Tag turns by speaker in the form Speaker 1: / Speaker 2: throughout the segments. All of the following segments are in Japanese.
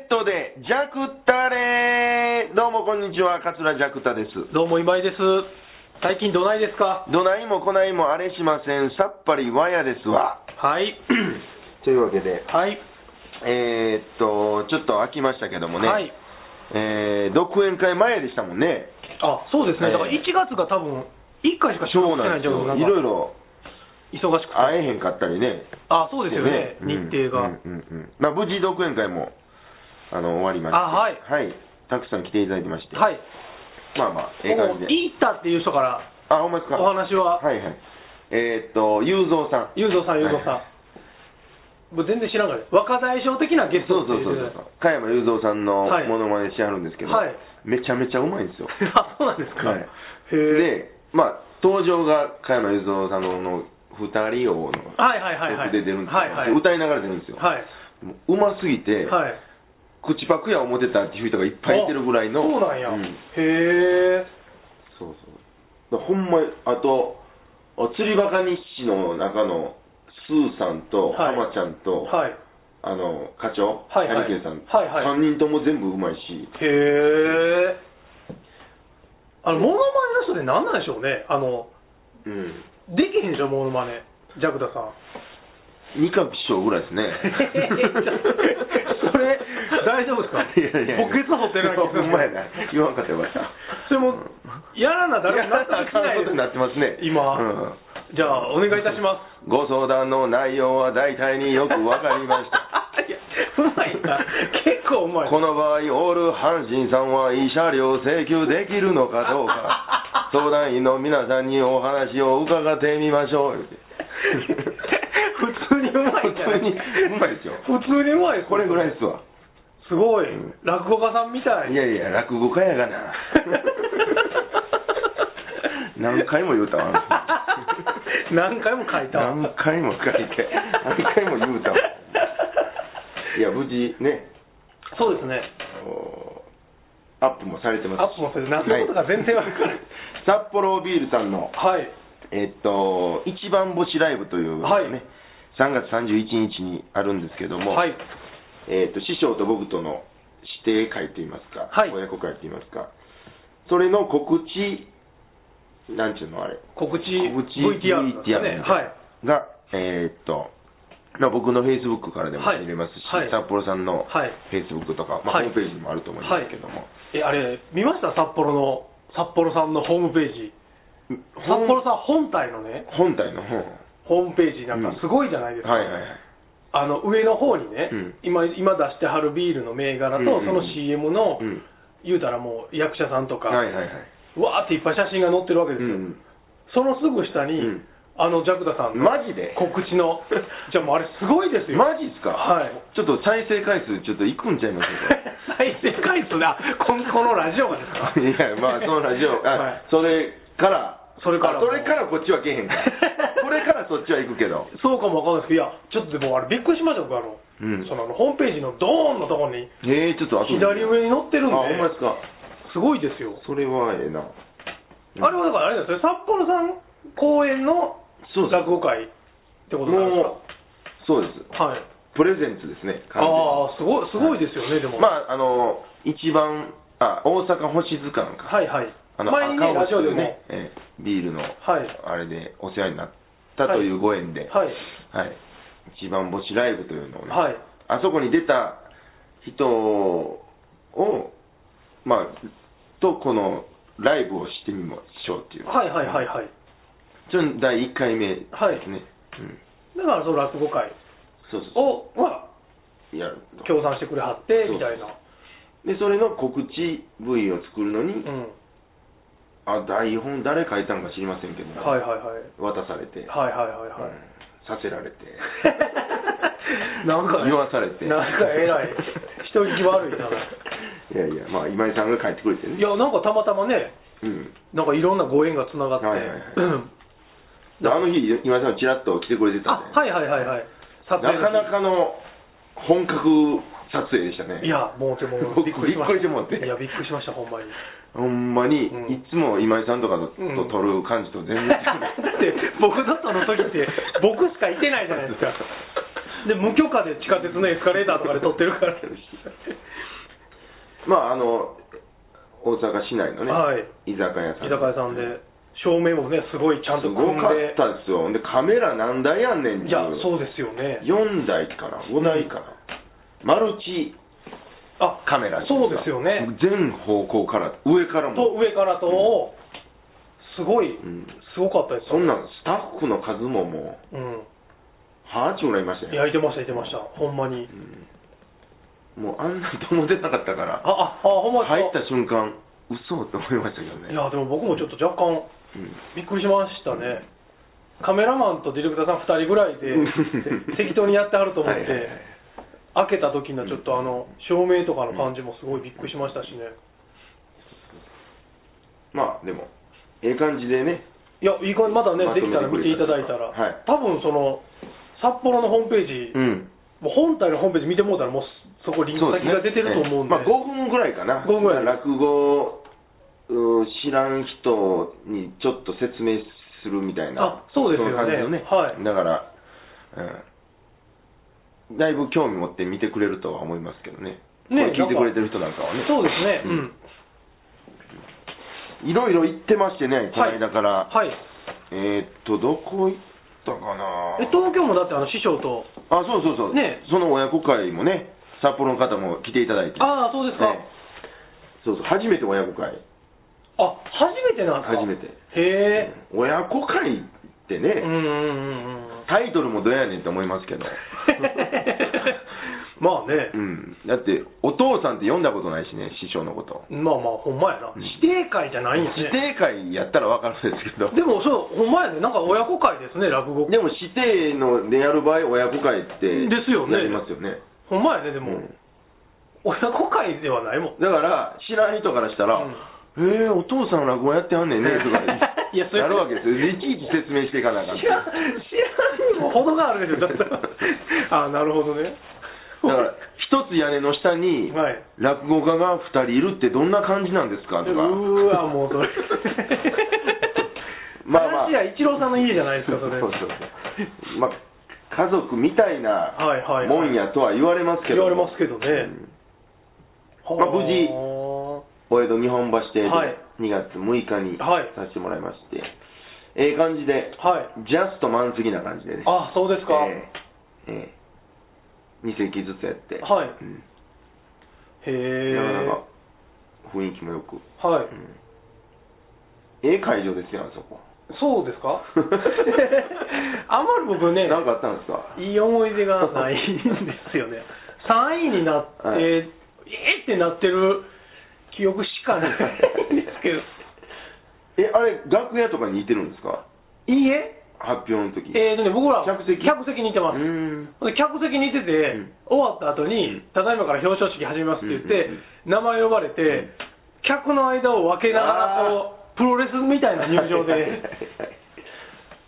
Speaker 1: ジャクタレどうもこんにちは、桂ジャクタです。
Speaker 2: どうも今井です。最近どないですか
Speaker 1: どないもこないもあれしません、さっぱりわやですわ。
Speaker 2: はい。
Speaker 1: というわけで、
Speaker 2: はい。
Speaker 1: えー、っと、ちょっと飽きましたけどもね、
Speaker 2: はい。
Speaker 1: えー、独演会前でしたもんね。
Speaker 2: あ、そうです
Speaker 1: え
Speaker 2: ね。
Speaker 1: え
Speaker 2: だから1月が多分、1回しか収
Speaker 1: そう
Speaker 2: 録してな
Speaker 1: な
Speaker 2: んい
Speaker 1: で
Speaker 2: じゃん、
Speaker 1: すよ。
Speaker 2: ないんか
Speaker 1: ろいろ
Speaker 2: 忙しくて。
Speaker 1: 会えへんかったりね。
Speaker 2: あ、そうですよね。
Speaker 1: うん
Speaker 2: 日程
Speaker 1: う
Speaker 2: が
Speaker 1: ん。うんうんまあ、無事独演会もあの終わりまして、
Speaker 2: あはい
Speaker 1: はい。たくさん来ていただきまして、
Speaker 2: はい。
Speaker 1: まあまあ、ええ
Speaker 2: も
Speaker 1: 感
Speaker 2: う、
Speaker 1: じで。
Speaker 2: 行ったっていう人から
Speaker 1: あ、ほんまですか。
Speaker 2: お話は、
Speaker 1: はいはい。えーっと、ゆうぞうさん。
Speaker 2: ゆうぞうさん、ゆうぞうさん。もう全然知らんからです。若大将的なゲス
Speaker 1: そ
Speaker 2: ト
Speaker 1: う
Speaker 2: って
Speaker 1: そう
Speaker 2: い
Speaker 1: そうそう。加山雄三さんの
Speaker 2: はい
Speaker 1: モノマネしてはるんですけど、
Speaker 2: はい
Speaker 1: めちゃめちゃうまいんですよ。
Speaker 2: あ、そうなんですか。
Speaker 1: はい
Speaker 2: へえ。
Speaker 1: で、まあ、登場が加山雄三さんのの二人王の
Speaker 2: はいはいはいはい。
Speaker 1: で出るんですよ、
Speaker 2: はいはい。
Speaker 1: で歌いながら出るんですよ。
Speaker 2: はい。
Speaker 1: もううますぎて、
Speaker 2: はい。
Speaker 1: 口パクや思ってたっていう人がいっぱいいてるぐらいの。
Speaker 2: あそうなんや。へえ。
Speaker 1: そうそう。だほんま、あと、あ釣りバカ日誌の中のスーさんと、
Speaker 2: はい
Speaker 1: 浜ちゃんと、
Speaker 2: はい。
Speaker 1: あの課長、
Speaker 2: はいはい
Speaker 1: ハリケーンさん、
Speaker 2: はいはい
Speaker 1: 3人とも全部うまいし、
Speaker 2: へえ。あの、モノマネの人って何なんでしょうね。あの、
Speaker 1: うん、
Speaker 2: できへんでしょ、モノマネ。ジャクダさ ん。。
Speaker 1: 二冠師匠ぐらいですね
Speaker 2: それ大丈夫ですか
Speaker 1: いやいやいや
Speaker 2: 墓穴掘ってるような気がする
Speaker 1: ほんまやな、言わんかったよかった。
Speaker 2: それも
Speaker 1: うん、
Speaker 2: やらな、誰も納得し
Speaker 1: いや
Speaker 2: ない
Speaker 1: あかんことになってますね。
Speaker 2: 今、
Speaker 1: うん
Speaker 2: じゃあ、お願いいたします。
Speaker 1: ご相談の内容は大体によくわかりました。
Speaker 2: いやうまいな。結構うまい。
Speaker 1: この場合、オール阪神さんは慰謝料請求できるのかどう か、相談員の皆さんにお話を伺ってみましょう。
Speaker 2: 普通にうまいんじゃな
Speaker 1: 普通にうまいですよ
Speaker 2: 普通にうまいです
Speaker 1: これぐらい
Speaker 2: す
Speaker 1: ですわ。
Speaker 2: すごい、
Speaker 1: うん
Speaker 2: 落語家さんみたい
Speaker 1: いやいや、落語家や がな。何回も言うたわ。
Speaker 2: 何回も書いたわ
Speaker 1: 何回も書いて、何回も言うたわ。いや、無事ね、
Speaker 2: そうですね
Speaker 1: おアップもされてますし。
Speaker 2: アップもする何のことか全然わからない
Speaker 1: はい札幌ビールさんの、
Speaker 2: はい
Speaker 1: えっと、一番星ライブという、ね
Speaker 2: はい
Speaker 1: 3月31日にあるんですけども、
Speaker 2: はい
Speaker 1: えっと師匠と僕との指定会といいますか、
Speaker 2: はい
Speaker 1: 親子会といいますか、それの告知、なんちゅうのあれ、
Speaker 2: 告知
Speaker 1: 告知
Speaker 2: VTR なんですねはい
Speaker 1: が、えーっと、まあ、僕のフェイスブックからでも
Speaker 2: はい
Speaker 1: 見れますし、
Speaker 2: はい
Speaker 1: 札幌さんの
Speaker 2: はい
Speaker 1: フェイスブックとか、まあ
Speaker 2: はい
Speaker 1: ホームページにもあると思いますけども、
Speaker 2: えあれ見ました札幌の札幌さんのホームページ札
Speaker 1: ほん
Speaker 2: 幌さん本体のね
Speaker 1: 本体の本、は
Speaker 2: ホームページなんかすごいじゃないですか、
Speaker 1: いはいはい、
Speaker 2: あの上の方にね、
Speaker 1: うん
Speaker 2: 今今出してはるビールの銘柄と、
Speaker 1: うんうんうん
Speaker 2: その CM の、
Speaker 1: うん
Speaker 2: 言うたらもう役者さんとか、
Speaker 1: はいはいはい、
Speaker 2: わーっていっぱい写真が載ってるわけで
Speaker 1: う
Speaker 2: すよ、そ
Speaker 1: ん、
Speaker 2: のすぐ下に、
Speaker 1: うん
Speaker 2: あのジャクダさんの
Speaker 1: マジで
Speaker 2: 告知 の、じゃあもうあれ、すごいですよ、
Speaker 1: マジっすか、
Speaker 2: はい
Speaker 1: ちょっと再生回数、ちょっといくんちゃ いますか
Speaker 2: 再生回数だ、こんこのラジオがですか、
Speaker 1: いや、まあ、そのラジオ、あ
Speaker 2: はい
Speaker 1: それから、
Speaker 2: それから
Speaker 1: あそれからこっちはけえ へんから、これからそっちは行くけど、
Speaker 2: そうかもわかんないですけど、いや、ちょっとでもあれ、びっくりしましたよ、僕あの、
Speaker 1: うん
Speaker 2: そのあのホームページのドーンのところに、
Speaker 1: えー、ちょっと後で
Speaker 2: 左上に載ってるんで
Speaker 1: あ、ほんまですか、
Speaker 2: すごいですよ。
Speaker 1: それはええな。
Speaker 2: あれはだからあれですね、札幌さん公演の
Speaker 1: そうです
Speaker 2: 落語会ってことなんです
Speaker 1: もう、そうです。
Speaker 2: か。はい。
Speaker 1: プレゼンツですね、完全に
Speaker 2: ああ、すごい、すごいですよね、でも。
Speaker 1: まあ、あの、一番、あ、大阪星図鑑か。
Speaker 2: はいはい。
Speaker 1: あの、
Speaker 2: 前にね、
Speaker 1: 赤
Speaker 2: ラ
Speaker 1: 星
Speaker 2: ジオで
Speaker 1: という
Speaker 2: も。
Speaker 1: ね、ええビールの、
Speaker 2: はい
Speaker 1: あれでお世話になったというご縁で、
Speaker 2: はい。
Speaker 1: はい一番星ライブというのをね、
Speaker 2: はい
Speaker 1: あそこに出た人を、まあ、とこのライブをしてみましょうっていう。
Speaker 2: はいはいはいはい。
Speaker 1: それの第1回目ですね。
Speaker 2: はい
Speaker 1: うん。
Speaker 2: だからその落語会
Speaker 1: そうそうそ
Speaker 2: を、ま
Speaker 1: う。やる
Speaker 2: あ、
Speaker 1: と
Speaker 2: 協賛してくれはって、みたいな。
Speaker 1: で、それの告知部位を作るのに、
Speaker 2: うん。
Speaker 1: あ、台本誰書いたのか知りませんけど、
Speaker 2: はいはいはい。
Speaker 1: 渡されて、
Speaker 2: はいはいはいは
Speaker 1: う
Speaker 2: い
Speaker 1: ん。させられて、
Speaker 2: なんか、
Speaker 1: 言わされて。
Speaker 2: なんか偉い。人聞き悪いな。
Speaker 1: いやいや、まあ、今井さんが帰ってくれ てね。
Speaker 2: いや、なんかたまたまね、
Speaker 1: うん。
Speaker 2: なんかいろんなご縁がつながって、
Speaker 1: はいはいはい
Speaker 2: うん
Speaker 1: であの日、今井さんはちらっと来てくれてた
Speaker 2: あ
Speaker 1: んで、
Speaker 2: はいはいはいはい、撮影
Speaker 1: なかな
Speaker 2: か
Speaker 1: かの本格撮影でしたね。
Speaker 2: いや、もうでも
Speaker 1: 僕びっくりしてもうて
Speaker 2: いや、びっくりしました、ほん まに。
Speaker 1: ほんまに、
Speaker 2: うん
Speaker 1: いつも今井さんとかとと
Speaker 2: うん
Speaker 1: 撮る感じと全 然違う。
Speaker 2: だって、僕だったの時って、僕しかいてないじゃないです か。で、無許可で地下鉄のエスカレーターとかで撮ってるから。
Speaker 1: まあ、あの、大阪市内のね、
Speaker 2: はい
Speaker 1: 居酒屋さん。
Speaker 2: 居酒屋さんで、 照明もね、すごいちゃん
Speaker 1: す
Speaker 2: と
Speaker 1: ご
Speaker 2: 組ん
Speaker 1: かっ
Speaker 2: で、
Speaker 1: たですよ。ほんで、カメラ何台やんねんっ
Speaker 2: い
Speaker 1: てい
Speaker 2: や、
Speaker 1: う。
Speaker 2: そうですよね、
Speaker 1: 4台かな、5台かな。マルチ
Speaker 2: あ
Speaker 1: カメラってい
Speaker 2: そ
Speaker 1: ん
Speaker 2: う
Speaker 1: か
Speaker 2: ですよね、
Speaker 1: 全方向から、上から
Speaker 2: と
Speaker 1: も。
Speaker 2: 上からと、すごい、
Speaker 1: ん
Speaker 2: すごかったです
Speaker 1: そんなん、スタッフの数ももう、
Speaker 2: うん、
Speaker 1: はあちゅうなりましたよ。
Speaker 2: 焼いてました、焼いてました、ほんまに。
Speaker 1: うんもう、あんなとも出なかったから。
Speaker 2: あ、あ、あほんま
Speaker 1: 入
Speaker 2: で
Speaker 1: っ
Speaker 2: すか
Speaker 1: た瞬間、嘘って思いましたけどね。
Speaker 2: いや、でも僕もちょっと若干、
Speaker 1: うん
Speaker 2: びっくりしましたね。カメラマンとディレクターさん2人ぐら いで適当にやってはると思って
Speaker 1: はいはいはい
Speaker 2: 開けた時のちょっとあの照明とかの感じもすごいびっくりしましたしね
Speaker 1: まあ、でも、ええ感じでね、
Speaker 2: いやいい感じまだね
Speaker 1: まと
Speaker 2: で
Speaker 1: め
Speaker 2: き
Speaker 1: て
Speaker 2: たら見ていただいたら、
Speaker 1: はい
Speaker 2: 多分その札幌のホームページ、
Speaker 1: うん。
Speaker 2: もう本体のホームページ見てもうたらもうそこリンク先が出てると思うんで
Speaker 1: まあ、5分ぐらいかな。
Speaker 2: 5分ぐらい
Speaker 1: 落語、うん知らん人にちょっと説明するみたいな。
Speaker 2: あそうですよね
Speaker 1: んな感じの
Speaker 2: はい
Speaker 1: だから、うん。だいぶ興味持って見てくれるとは思いますけどね。
Speaker 2: ね
Speaker 1: これ聞いてくれてる人なんかはね。
Speaker 2: そうですね、うん
Speaker 1: いろいろ行ってましてね、この間から。
Speaker 2: はい
Speaker 1: えー、っと、どこ行ったかな
Speaker 2: え東京もだってあの師匠と
Speaker 1: あ、そうそうそう。
Speaker 2: ね
Speaker 1: その親子会もね、札幌の方も来ていただいて。
Speaker 2: ああそうですか、
Speaker 1: ええそうそう、初めて親子会。
Speaker 2: あ初めてなんですか
Speaker 1: 初めて
Speaker 2: へえ
Speaker 1: 親子会って
Speaker 2: うんう
Speaker 1: ね、
Speaker 2: んうんう ん
Speaker 1: タイトルもどやねんって思いますけど。
Speaker 2: まあね
Speaker 1: う、ん。だって、お父さんって呼んだことないしね、師匠のこと。
Speaker 2: まあまあほんまやな指定会じゃないんです
Speaker 1: 指
Speaker 2: ね
Speaker 1: 定会やったらわかるんですけど。
Speaker 2: でもそうほんまやねなんか親子会ですね落語
Speaker 1: でも指定のでやる場合、親子会って。
Speaker 2: ですよね
Speaker 1: なりますよね。
Speaker 2: ほんまやねでも、
Speaker 1: うん
Speaker 2: 親子会ではないもん
Speaker 1: だから、知らん人からしたら、
Speaker 2: うん
Speaker 1: えー、お父さん落語やってはんねんね、とか
Speaker 2: いやそれ
Speaker 1: なるわけですよ。いちいち説明していかなあかん
Speaker 2: 知らん知らんにも程があるでしょ だったらあなるほどね
Speaker 1: だから、一つ屋根の下に、
Speaker 2: はい
Speaker 1: 落語家が二人いるってどんな感じなんですかとか。
Speaker 2: うーわもうそれ
Speaker 1: まあまあ
Speaker 2: 話は一郎さんの家じゃないですかそれ
Speaker 1: そうそうそうまあ、家族みたいな
Speaker 2: はいはいはい
Speaker 1: もんやとは言われますけ
Speaker 2: 言
Speaker 1: ど。
Speaker 2: われますけどね、
Speaker 1: うんまあ無事お江戸日本橋邸で
Speaker 2: はい
Speaker 1: 2月6日に
Speaker 2: はい
Speaker 1: させてもらいまして、ええ感じで、
Speaker 2: はい
Speaker 1: ジャスト満席な感じでね。
Speaker 2: あそうですか、
Speaker 1: ええええ2席ずつやって、
Speaker 2: はい
Speaker 1: うん
Speaker 2: へえ
Speaker 1: なかなか雰囲気もよく、
Speaker 2: はい、
Speaker 1: うんええ会場ですよ、あそこ。
Speaker 2: そうです かあんまり僕ね
Speaker 1: なんかあったんですか
Speaker 2: いい思い出がないんです よね3位になって、
Speaker 1: はい
Speaker 2: えーってなってる記憶しかないんですけど
Speaker 1: え、あれ、楽屋とかに いてるんですか
Speaker 2: いいえ
Speaker 1: 発表の時
Speaker 2: えーとね僕ら
Speaker 1: 客席
Speaker 2: 客席にいて
Speaker 1: う
Speaker 2: ます、
Speaker 1: ーん。
Speaker 2: で客席にいてて、
Speaker 1: うん
Speaker 2: 終わった後に、ただいまから表彰式始めますって言って、名前呼ばれて、
Speaker 1: うん
Speaker 2: 客の間を分けながらこうプロレスみたいな入場
Speaker 1: はい はいはい
Speaker 2: で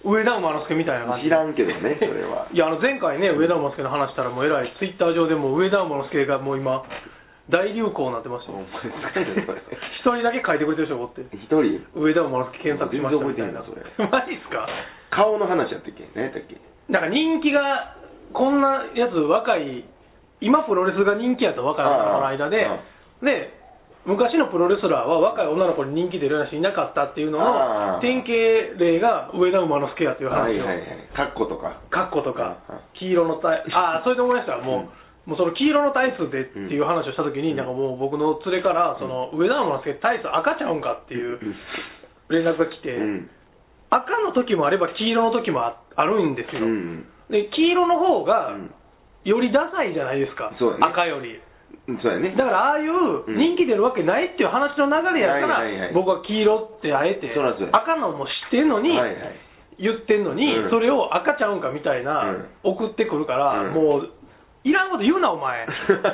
Speaker 2: 上田馬之助みたいな感じ
Speaker 1: 知らんけどねそれ はい
Speaker 2: やあの前回ね上田馬之助の話したらもうえらいツイッター上でもう上田馬之助がもう今大流行になってましたよ
Speaker 1: ほん まですか
Speaker 2: 一人だけ書いてくれてる人がおって
Speaker 1: 一人、
Speaker 2: 上田馬之助検索しましたみたいな
Speaker 1: 全然覚え
Speaker 2: マジっすか
Speaker 1: 顔の話やったっけ何やったっけ
Speaker 2: なんか人気がこんなやつ若い今プロレスが人気やと若い女の子の間で
Speaker 1: ああ
Speaker 2: で昔のプロレスラーは若い女の子に人気出る話いなかったっていうの
Speaker 1: ああ
Speaker 2: の典型例が上田馬之助やっていう
Speaker 1: は
Speaker 2: 話
Speaker 1: い
Speaker 2: を
Speaker 1: はいはい。カッコとか。
Speaker 2: カッコとか
Speaker 1: うんうん、
Speaker 2: 黄色のタ イ、ああ、それで思い出した、もう、もうその黄色のタイツでっていう話をしたときに、なんかもう僕の連れから、その上田のけタイツ赤ちゃうんかっていう連絡が来て
Speaker 1: う、ん。
Speaker 2: 赤の時もあれば黄色の時もああるんです
Speaker 1: う
Speaker 2: よ。
Speaker 1: ん。
Speaker 2: で、黄色の方
Speaker 1: う
Speaker 2: が、
Speaker 1: ん
Speaker 2: よりダサいじゃないですか、
Speaker 1: そうだね
Speaker 2: 赤より。
Speaker 1: そうやね。
Speaker 2: だからああいう
Speaker 1: うん
Speaker 2: 人気出るわけないっていう話の流れやか
Speaker 1: はいはいは
Speaker 2: ら
Speaker 1: い、
Speaker 2: 僕は黄色ってあえて
Speaker 1: そらそう、や
Speaker 2: 赤のも知ってんのに、
Speaker 1: はいはい。
Speaker 2: 言ってんのに、
Speaker 1: うん
Speaker 2: それを赤ちゃうんかみたいな、送ってくるから、
Speaker 1: うん
Speaker 2: もう、いらんこと言うな、お前。
Speaker 1: 確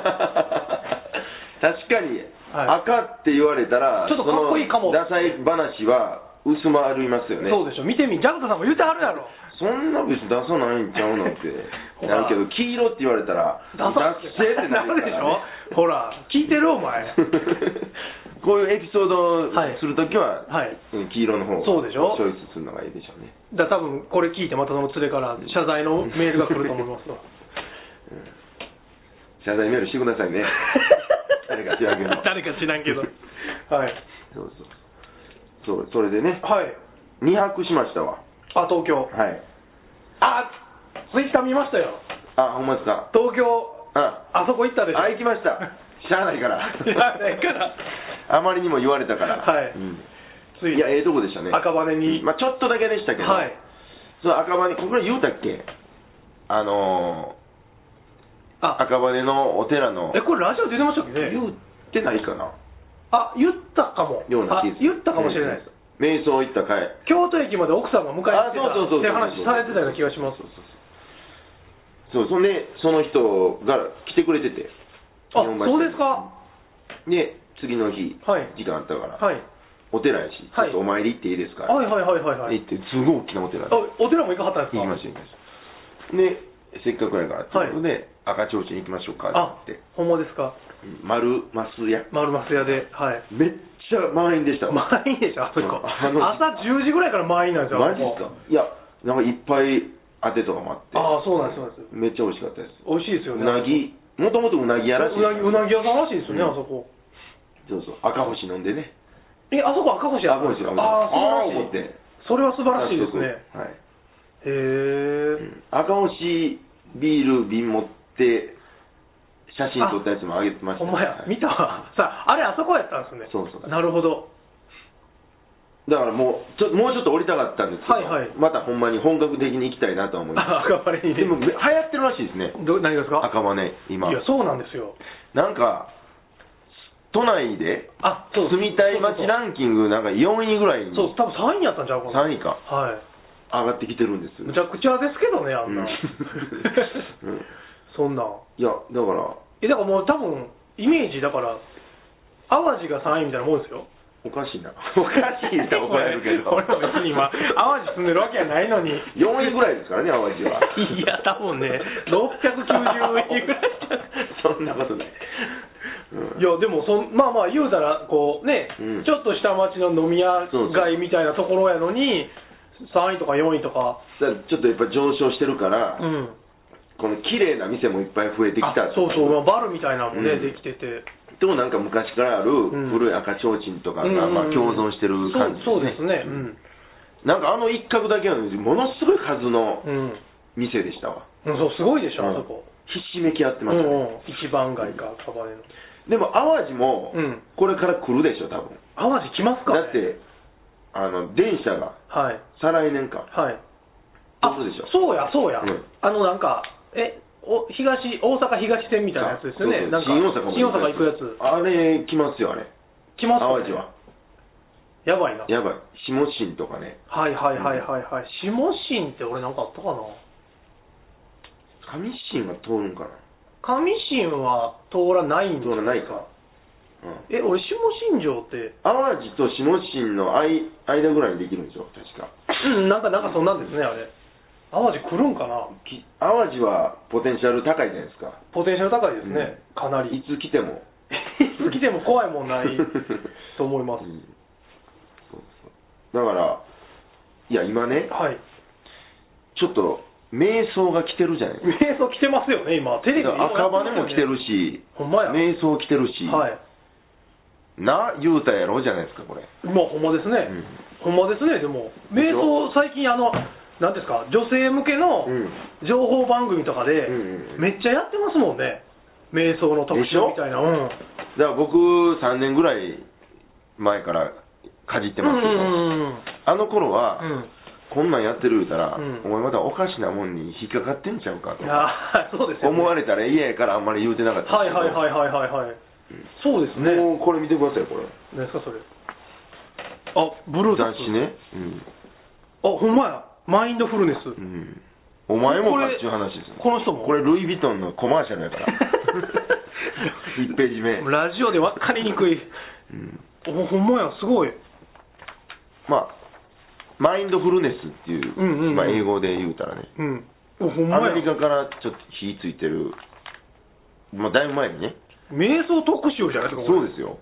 Speaker 1: かに、
Speaker 2: はい
Speaker 1: 赤って言われたら、
Speaker 2: ちょっとかっこいいかも
Speaker 1: そのダサい話は薄まるいますよね。
Speaker 2: そうでしょ、見てみ、ジャクトさんも言うてはるやろ。
Speaker 1: そんな別に出さないんちゃうなんて
Speaker 2: ほ
Speaker 1: な
Speaker 2: ら
Speaker 1: るけど黄色って言われたら
Speaker 2: ダサ
Speaker 1: 出せって
Speaker 2: な
Speaker 1: なる
Speaker 2: る
Speaker 1: か
Speaker 2: でし
Speaker 1: ら
Speaker 2: ょ
Speaker 1: ね、
Speaker 2: ほら、聞いてる、お前。
Speaker 1: こういうエピソードを
Speaker 2: はい
Speaker 1: するときは、
Speaker 2: はい
Speaker 1: うん黄色の方
Speaker 2: そうでしょ
Speaker 1: チョイスするのがいいでしょうね
Speaker 2: だ多分これ聞いて、またその連れから謝罪のメールが来ると思いますわ。、
Speaker 1: 謝罪メールしてくださいね
Speaker 3: 誰か
Speaker 1: 仕上げの
Speaker 2: 誰か知らんけど。はい。
Speaker 1: そうそうそうそれでね
Speaker 2: はい。
Speaker 1: 2泊しましたわ
Speaker 2: あ、東京。
Speaker 1: はい
Speaker 2: あ、ツイッター見ましたよ。
Speaker 1: あほんまですか
Speaker 2: 東京、
Speaker 1: あ
Speaker 2: あそこ行ったでしょ。
Speaker 1: あ行きましたしゃあないから
Speaker 2: 知らないから。
Speaker 1: あまりにも言われたから
Speaker 2: はい
Speaker 1: うん
Speaker 2: つい
Speaker 1: いやええとこでしたね
Speaker 2: 赤羽に。
Speaker 1: まあ、ちょっとだけでしたけど、
Speaker 2: はい。
Speaker 1: その赤羽これ言うたっけあのー、
Speaker 2: あ、
Speaker 1: 赤羽のお寺の
Speaker 2: え、これラジオ出てましたっけね
Speaker 1: 言。うてないかな
Speaker 2: あ、言ったかも。
Speaker 1: ような
Speaker 2: あ
Speaker 1: 気がする
Speaker 2: 言ったかもしれないです。
Speaker 1: 瞑想行った回
Speaker 2: 京都駅まで奥さんが迎えに来てた
Speaker 1: あそうそうそうそう
Speaker 2: って話されてたような気がします。
Speaker 1: そうそんでその人が来てくれてて
Speaker 2: あ、
Speaker 1: 日本橋
Speaker 2: そうですか。
Speaker 1: で次の日、
Speaker 2: はい
Speaker 1: 時間あったから、
Speaker 2: はい。
Speaker 1: お寺やし、
Speaker 2: はい
Speaker 1: ちょっとお参り行っていいですか、
Speaker 2: はいはいはいはいはい。
Speaker 1: 行ってすごい大きなお寺で
Speaker 2: あお寺も行かはったんです
Speaker 1: 行
Speaker 2: か
Speaker 1: きました行きましたでせっかくやからってことで、赤ちょうちん行きましょうか
Speaker 2: あ
Speaker 1: って言って、
Speaker 2: ほんまですか。
Speaker 1: 丸ますや
Speaker 2: 丸松屋で。はい。
Speaker 1: めっちゃ満員でした
Speaker 2: 満員でしょ、あそこ。
Speaker 1: あの
Speaker 2: 朝10時ぐらいから満員なんですよ。
Speaker 1: マジですかいやなんかいっぱい当てとかもあって
Speaker 2: ああ、そうなんです、そうなんです。
Speaker 1: めっちゃ美味しかったです
Speaker 2: 美味しいですよ
Speaker 1: う
Speaker 2: ね。
Speaker 1: なぎもともとうなぎやらしいう
Speaker 2: なぎうなぎ屋さんらしいですよね、
Speaker 1: う
Speaker 2: あ
Speaker 1: ん
Speaker 2: そこ。
Speaker 1: そうそう赤星飲んでね
Speaker 2: え、あそこ赤星やったんですか
Speaker 1: 赤星
Speaker 2: ああ、
Speaker 1: 赤星
Speaker 2: 素晴らしい。それは素晴らしい
Speaker 1: ああ思って
Speaker 2: ですね。
Speaker 1: はい
Speaker 2: へ
Speaker 1: う
Speaker 2: え。
Speaker 1: ん赤星ビール瓶持って写真撮ったやつもあげてました
Speaker 2: ほんま
Speaker 1: ね
Speaker 2: や
Speaker 1: は、い
Speaker 2: 見たわ。さあ、あれあそこやったんですね。
Speaker 1: そうそう
Speaker 2: なるほど。
Speaker 1: だからもうちょもうちょっと降りたかったんですけど、
Speaker 2: はいはい
Speaker 1: またほんまに本格的に行きたいなとは思いま
Speaker 2: あ 赤羽
Speaker 1: す
Speaker 2: にね
Speaker 1: でも流行ってるらしいですね
Speaker 2: ど何ですか
Speaker 1: 赤羽今
Speaker 2: いや、そうなんですよ。
Speaker 1: なんか都内で
Speaker 2: あ、そう
Speaker 1: 住みたい街ランキングなんか4位ぐらいに
Speaker 2: そう、多分3位やったんちゃうかな。
Speaker 1: 3位か
Speaker 2: はい。
Speaker 1: 上がってきてるんですよ
Speaker 2: むちゃくちゃですけどね、あんな。
Speaker 1: うん うん
Speaker 2: そんなん。
Speaker 1: いやだから
Speaker 2: え、だからもう多分、イメージ、だから、淡路が3位みたいなもんですよ。
Speaker 1: おかしいなおかしいって怒られるけ ど
Speaker 2: 俺も別に今、淡路住んでるわけやないのに。
Speaker 1: 4位ぐらいですからね 淡路はい
Speaker 2: や、多分ね、690位ぐらいじゃない
Speaker 1: そんなことない、うん
Speaker 2: いやでもそんまあまあ言うたらこうね、
Speaker 1: うん
Speaker 2: ちょっと下町の飲み屋
Speaker 1: そうそう
Speaker 2: 街みたいなところやのに3位とか4位とか
Speaker 1: だからちょっとやっぱ上昇してるから、
Speaker 2: うん
Speaker 1: この綺麗な店もいっぱい増えてきた
Speaker 2: あそうそう、まあ、バルみたいなのもね、
Speaker 1: うん
Speaker 2: できてて
Speaker 1: でもなんか昔からある
Speaker 2: ん
Speaker 1: 古い赤ちょうちんと
Speaker 2: う
Speaker 1: かが、
Speaker 2: んうんうん
Speaker 1: まあ、共存してる感じ
Speaker 2: そうそうですねうん
Speaker 1: なんかあの一角だけなのにものすごい数の
Speaker 2: うん、うん
Speaker 1: 店でしたわ、
Speaker 2: そうすごいでしょ、
Speaker 1: うん
Speaker 2: あそこ、
Speaker 1: ひしめき合って
Speaker 2: うん
Speaker 1: ましたね、
Speaker 2: うん、一番街か赤羽の
Speaker 1: でも淡路も
Speaker 2: うん
Speaker 1: これから来るでしょ多分、
Speaker 2: 淡路来ますか、ね、
Speaker 1: だってあの電車が
Speaker 2: はい
Speaker 1: 再来年か
Speaker 2: はい
Speaker 1: 来るでしょ
Speaker 2: そうやそうや、
Speaker 1: うん
Speaker 2: あのなんかえお東大阪東線みたいなやつですよね
Speaker 1: そうそう
Speaker 2: なんか
Speaker 1: 新大阪も
Speaker 2: 新大阪行くやつ
Speaker 1: あれ来ますよあれ
Speaker 2: 来ます
Speaker 1: 淡
Speaker 2: ね
Speaker 1: 路は
Speaker 2: やばいな
Speaker 1: やばい下新とかね
Speaker 2: はいはいはいはいはい。下神って俺なんかあったかな
Speaker 1: 上新は通るんかな
Speaker 2: 上神は通らないんじゃ
Speaker 1: 通らないか、うん、
Speaker 2: え、俺下神城って、
Speaker 1: 淡路と下新の間間ぐらいにできるんでしょ確か
Speaker 2: うん、なんかなんかそんなんですね、あれ。淡路来るんかな
Speaker 1: き淡路はポテンシャル高いじゃないですか
Speaker 2: ポテンシャル高いですね、
Speaker 1: うん
Speaker 2: かなり。
Speaker 1: い
Speaker 2: い
Speaker 1: つ来ても
Speaker 2: つ来ても怖いもんない と思います。
Speaker 1: うんそうそうだからいや今ね
Speaker 2: はい。
Speaker 1: ちょっと瞑想が来てるじゃないですか
Speaker 2: 瞑想来てますよね、今。テレビで今や
Speaker 1: 赤
Speaker 2: ってま
Speaker 1: 羽
Speaker 2: すよね
Speaker 1: も来てる。し
Speaker 2: ほんまや。
Speaker 1: 瞑想来てるし、
Speaker 2: はい。
Speaker 1: な言うたやろじゃないですかこれ
Speaker 2: まあ、ほんまですね、ほんまですね、でも、瞑
Speaker 1: でしょ
Speaker 2: 想、最近、あの、なんですか、女性向けの
Speaker 1: うん
Speaker 2: 情報番組とかで
Speaker 1: うんうんうん、
Speaker 2: めっちゃやってますもんね、瞑想の特集みたいな、うん、
Speaker 1: だから僕3年ぐらい前からかじってますけど、
Speaker 2: うん
Speaker 1: あの頃は、
Speaker 2: うんうん、うん
Speaker 1: こんなんやってる言うたら、
Speaker 2: うん
Speaker 1: お前まだおかしなもんに引っかかってんちゃうかと
Speaker 2: あ ーそうですよ、ね、
Speaker 1: 思われたら嫌やからあんまり言うてなかった
Speaker 2: はいはいはいいはいはいはい、そうですね、
Speaker 1: もうこれ見てくださいこれ
Speaker 2: 何ですか、それ、あブルー
Speaker 1: 雑
Speaker 2: ス
Speaker 1: 誌ねうん、
Speaker 2: あほんまや、マインドフルネス、
Speaker 1: うん、お前も
Speaker 2: こ
Speaker 1: か
Speaker 2: れ
Speaker 1: っちゅう話ですよ
Speaker 2: この人も
Speaker 1: これルイ・ヴィトンのコマーシャルやから 1ページ目、う
Speaker 2: ラジオで分かりにくい、
Speaker 1: ん、
Speaker 2: おほんまや、すごい。
Speaker 1: まあマインドフルネスっていう,、
Speaker 2: うんうんうん
Speaker 1: まあ、英語で言うたらね
Speaker 2: うん、おほんま
Speaker 1: ア
Speaker 2: や
Speaker 1: メリカからちょっと火ついてる、まあ、だいぶ前にね
Speaker 2: 瞑想特集じゃないですか、
Speaker 1: そうですよ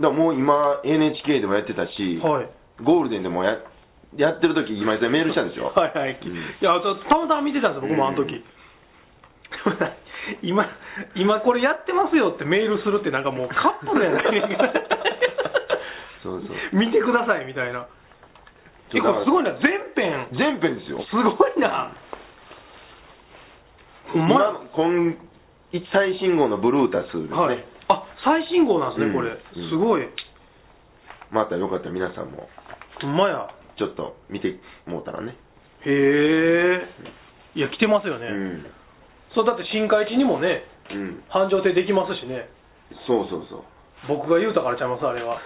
Speaker 1: だからもう今 NHK でもやってたし、
Speaker 2: はい、
Speaker 1: ゴールデンでもややってる時今井さんメールしたんでしょ
Speaker 2: はいはい、
Speaker 1: うん
Speaker 2: いやたたまたま見てたんですよ、僕もあの時、 今、今これやってますよってメールするってなんかもうカップルやない
Speaker 1: そうそう
Speaker 2: 見てくださいみたいな。
Speaker 1: ちょ
Speaker 2: 結構すごいな、全編。
Speaker 1: 全編ですよ
Speaker 2: すごいな。ほんまや
Speaker 1: 今今最新号のブルータスですね、
Speaker 2: はい。あ、最新号なんです
Speaker 1: うん
Speaker 2: ね、これ。
Speaker 1: うん
Speaker 2: すごい。
Speaker 1: またよかったら皆さんも
Speaker 2: ほんまや。
Speaker 1: ちょっと見てもうたらね
Speaker 2: へえ。いや、来てますよね。
Speaker 1: うん
Speaker 2: そう、だって深海地にもね、
Speaker 1: うん
Speaker 2: 繁盛亭できますしね。
Speaker 1: そうそう そう
Speaker 2: 僕が言うたからちゃいます、あれは。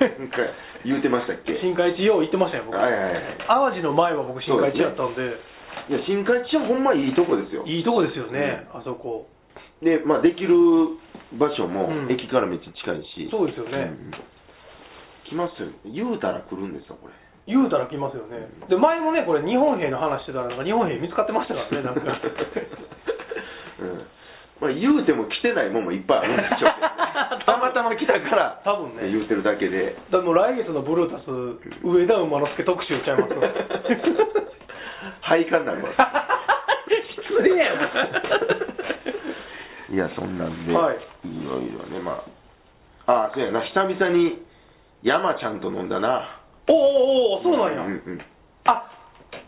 Speaker 1: なんか言うてましたっけ
Speaker 2: 深海地よう行ってましたよ、僕。
Speaker 1: はいはいはい
Speaker 2: 淡路の前は僕、深海地やったんで、
Speaker 1: いや新海地はほんまいいとこですよ
Speaker 2: いいとこですよね、あそこ。
Speaker 1: で、まあ、できる場所も
Speaker 2: うん
Speaker 1: 駅からめっちゃ近いし、
Speaker 2: そうですよね
Speaker 1: ん来ますよ言うたら来るんですよこれ
Speaker 2: 言うたら来ますよね。で、前もね、これ、日本兵の話してたら、なんか日本兵見つかってましたからね、 なんか。
Speaker 1: うんまあ、言うても来てないもんもいっぱいあるんでしょうけど ねたまたま来たから
Speaker 2: 多分ね
Speaker 1: 言うてるだけ で
Speaker 2: だからもう来月のブルータス、上田馬之助特集ちゃいます。
Speaker 1: 配管になります
Speaker 2: 失礼や
Speaker 1: いや、そんなんで、
Speaker 2: はい
Speaker 1: いろいろね、まあ、ああ、そうやな、久々に山ちゃんと飲んだな。
Speaker 2: おおおおそうなんや。
Speaker 1: うんうん
Speaker 2: あ、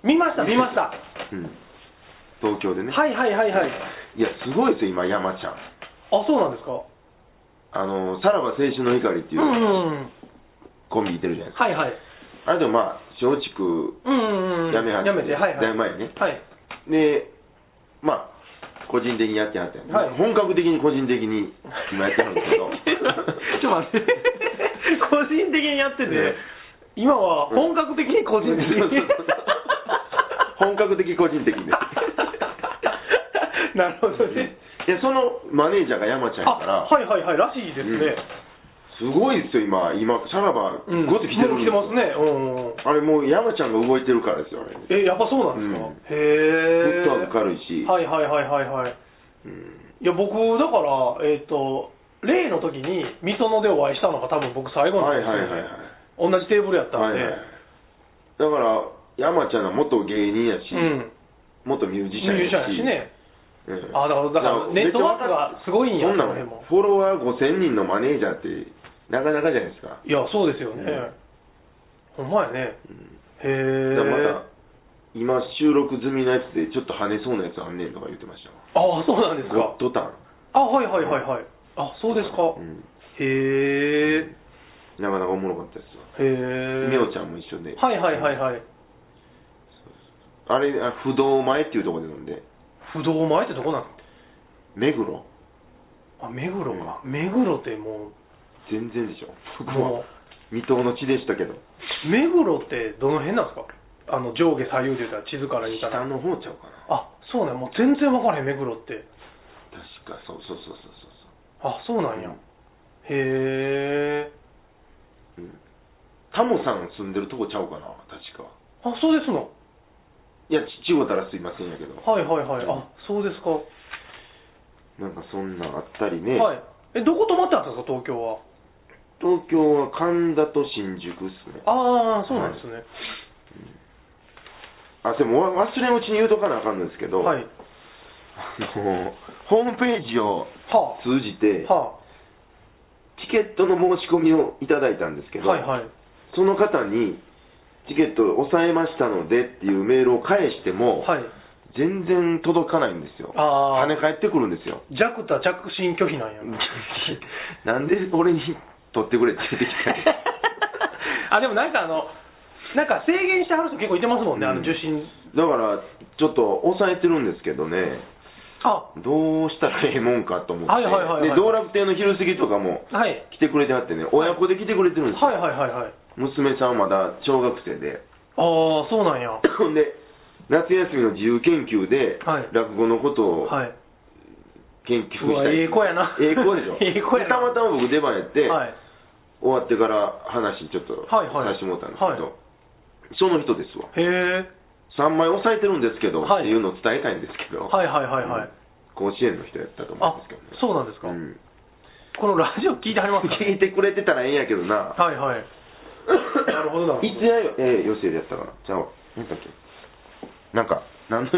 Speaker 2: 見ました見ました。は
Speaker 1: うん東京でね。
Speaker 2: いはいはいはい。
Speaker 1: いや、すごいですよ、今、山ちゃん。
Speaker 2: あ、そうなんですか。
Speaker 1: あの、さらば青春の怒りって
Speaker 2: う
Speaker 1: い
Speaker 2: んう
Speaker 1: うん
Speaker 2: うん。
Speaker 1: コンビいてるじゃないですか。
Speaker 2: はいはい。
Speaker 1: あれでもまあ、松竹
Speaker 2: うんうんうん。
Speaker 1: やめはって
Speaker 2: やめて、はいはい。
Speaker 1: だいぶ前にね
Speaker 2: はい。
Speaker 1: で、まあ、個人的にやってはったんで、
Speaker 2: はい
Speaker 1: 本格的に個人的に今やってはるんですけど、
Speaker 2: ちょっと待って。個人的にやってて、
Speaker 1: ね
Speaker 2: 今は本格的に個人 的に。
Speaker 1: そうそうそう本格的個人的 です。
Speaker 2: なるほどね。
Speaker 1: いや、そのマネージャーが山ちゃんやか
Speaker 2: あ
Speaker 1: ら、
Speaker 2: はいはいはい、らしいです
Speaker 1: うん
Speaker 2: ね。
Speaker 1: すごいですよ、今、今、さらば、
Speaker 2: うん。
Speaker 1: ごつ来てる
Speaker 2: もう来てますね。うんうん。
Speaker 1: あれ、もう山ちゃんが動いてるからですよ、あれ。フ
Speaker 2: え、やっぱそうなんです
Speaker 1: う
Speaker 2: か
Speaker 1: ん。
Speaker 2: へ
Speaker 1: ッ
Speaker 2: え。
Speaker 1: トワーク軽いし、
Speaker 2: はいはいはいはいはい。
Speaker 1: うん
Speaker 2: いや、僕、だから、えっ、と、例の時に、みそのでお会いしたのが多分僕最後なん
Speaker 1: はい
Speaker 2: です
Speaker 1: はいはいはい。
Speaker 2: よ、同じテーブルやったん
Speaker 1: は
Speaker 2: で。
Speaker 1: いはいだから、山ちゃんは元芸人やし、
Speaker 2: うん。
Speaker 1: 元ミュージ
Speaker 2: ミ
Speaker 1: シ
Speaker 2: ュ
Speaker 1: ャ
Speaker 2: ー
Speaker 1: ン
Speaker 2: ジシャン
Speaker 1: やし。
Speaker 2: やしね。
Speaker 1: うん
Speaker 2: あだからだからネットワークがすごいんや
Speaker 1: そんな
Speaker 2: その辺も
Speaker 1: のフォロワー5000人のマネージャーって、なかなかじゃないですか。
Speaker 2: いや、そうですよね。ほんまやね。
Speaker 1: うん
Speaker 2: へ
Speaker 1: だ
Speaker 2: え。
Speaker 1: からまだ今収録済みのやつでちょっと跳ねそうなやつあんねんとか言ってましたわ
Speaker 2: あ、そうなんですか
Speaker 1: ゴッ。ドタン
Speaker 2: あ、はいはいはいはい。あ、そうですか。
Speaker 1: うん
Speaker 2: へえ。
Speaker 1: なかなかおもろかったですわ
Speaker 2: へえ。
Speaker 1: みおちゃんも一緒で、
Speaker 2: はいはいはいはい。
Speaker 1: あれあ不動前っていうところで飲んで
Speaker 2: 不動前ってどこなの
Speaker 1: 目黒
Speaker 2: あ、目黒か。目黒っても
Speaker 1: 全然でしょ
Speaker 2: う、
Speaker 1: 僕
Speaker 2: も
Speaker 1: は未踏の地でしたけど
Speaker 2: う、目黒ってどの辺なんですかあの、上下左右で言ったら、地図から言った
Speaker 1: 下
Speaker 2: ら。
Speaker 1: の方ちゃうかな
Speaker 2: あ、そうね。もう全然わからへん、目黒って。
Speaker 1: 確かそうそうそうそうそう
Speaker 2: あ、そうなんや。
Speaker 1: うん
Speaker 2: へえ。
Speaker 1: そう、うん、タモさん住んでるとこちゃうかな確か
Speaker 2: あ、そうですの。
Speaker 1: いやちごたらすいませんやけど
Speaker 2: はいはいはい。あ、そうですか。
Speaker 1: なんかそんなんあったりね、
Speaker 2: はい。え、どこ泊まってたんですか、東京は。
Speaker 1: 東京は神田と新宿っすね
Speaker 2: ああ、そうなんですね。
Speaker 1: あでもわ忘れんうちに言うとかなあかんのですけど、
Speaker 2: はい。
Speaker 1: あのホームページを
Speaker 2: は
Speaker 1: 通じて、
Speaker 2: あ。は
Speaker 1: チケットの申し込みをいただいたんですけ
Speaker 2: あ。
Speaker 1: ど、
Speaker 2: はいはい。
Speaker 1: その方に、チケットを抑えましたのでっていうメールを返しても、
Speaker 2: はい。
Speaker 1: 全然届かないんですよ。
Speaker 2: ああ
Speaker 1: 跳ね返ってくるんですよ。
Speaker 2: 弱田着信拒否なんや。
Speaker 1: なんで俺に取ってくれって言ってき
Speaker 2: あ、でもなんかあの、なんか制限してはる人結構いてますもんね、あの
Speaker 1: うん
Speaker 2: 受信。
Speaker 1: ただから、ちょっと抑えてるんですけどね、
Speaker 2: あ、
Speaker 1: どうしたらええもんかと思って、
Speaker 2: はいはいはいはい
Speaker 1: で道楽亭の昼過ぎとかも
Speaker 2: はい。
Speaker 1: 来てくれてはってね、親子で来てくれてるんですよ
Speaker 2: はいはいはいはい。
Speaker 1: 娘さんはまだ小学生で、
Speaker 2: ああ、そうなんや。は
Speaker 1: ほんで、夏休みの自由研究で
Speaker 2: はい、
Speaker 1: 落語のことを
Speaker 2: い。
Speaker 1: 研究
Speaker 2: う
Speaker 1: し
Speaker 2: わ、
Speaker 1: たり、
Speaker 2: ええ子やな。
Speaker 1: ええ子でしょ
Speaker 2: ええ子や
Speaker 1: で
Speaker 2: な。
Speaker 1: たまたま僕出番やって、
Speaker 2: はい。
Speaker 1: 終わってから話ちょっと
Speaker 2: はいはい
Speaker 1: させてもらったんですけど、
Speaker 2: はい
Speaker 1: その人ですわ
Speaker 2: へえ。
Speaker 1: 3枚押さえてるんですけど、
Speaker 2: はい
Speaker 1: っていうのを伝えたいんですけど、
Speaker 2: はいはいはいはい。
Speaker 1: 甲子園の人やったと思うん
Speaker 2: あ
Speaker 1: ですけどね、
Speaker 2: そうなんですか。
Speaker 1: うん
Speaker 2: このラジオ聞いてはりますか
Speaker 1: 聞いてくれてたらええんやけどな
Speaker 2: はいはい。なるほどなるほど
Speaker 1: いつやよ、えー、予定でやったかなじゃあなんだっけなんか何の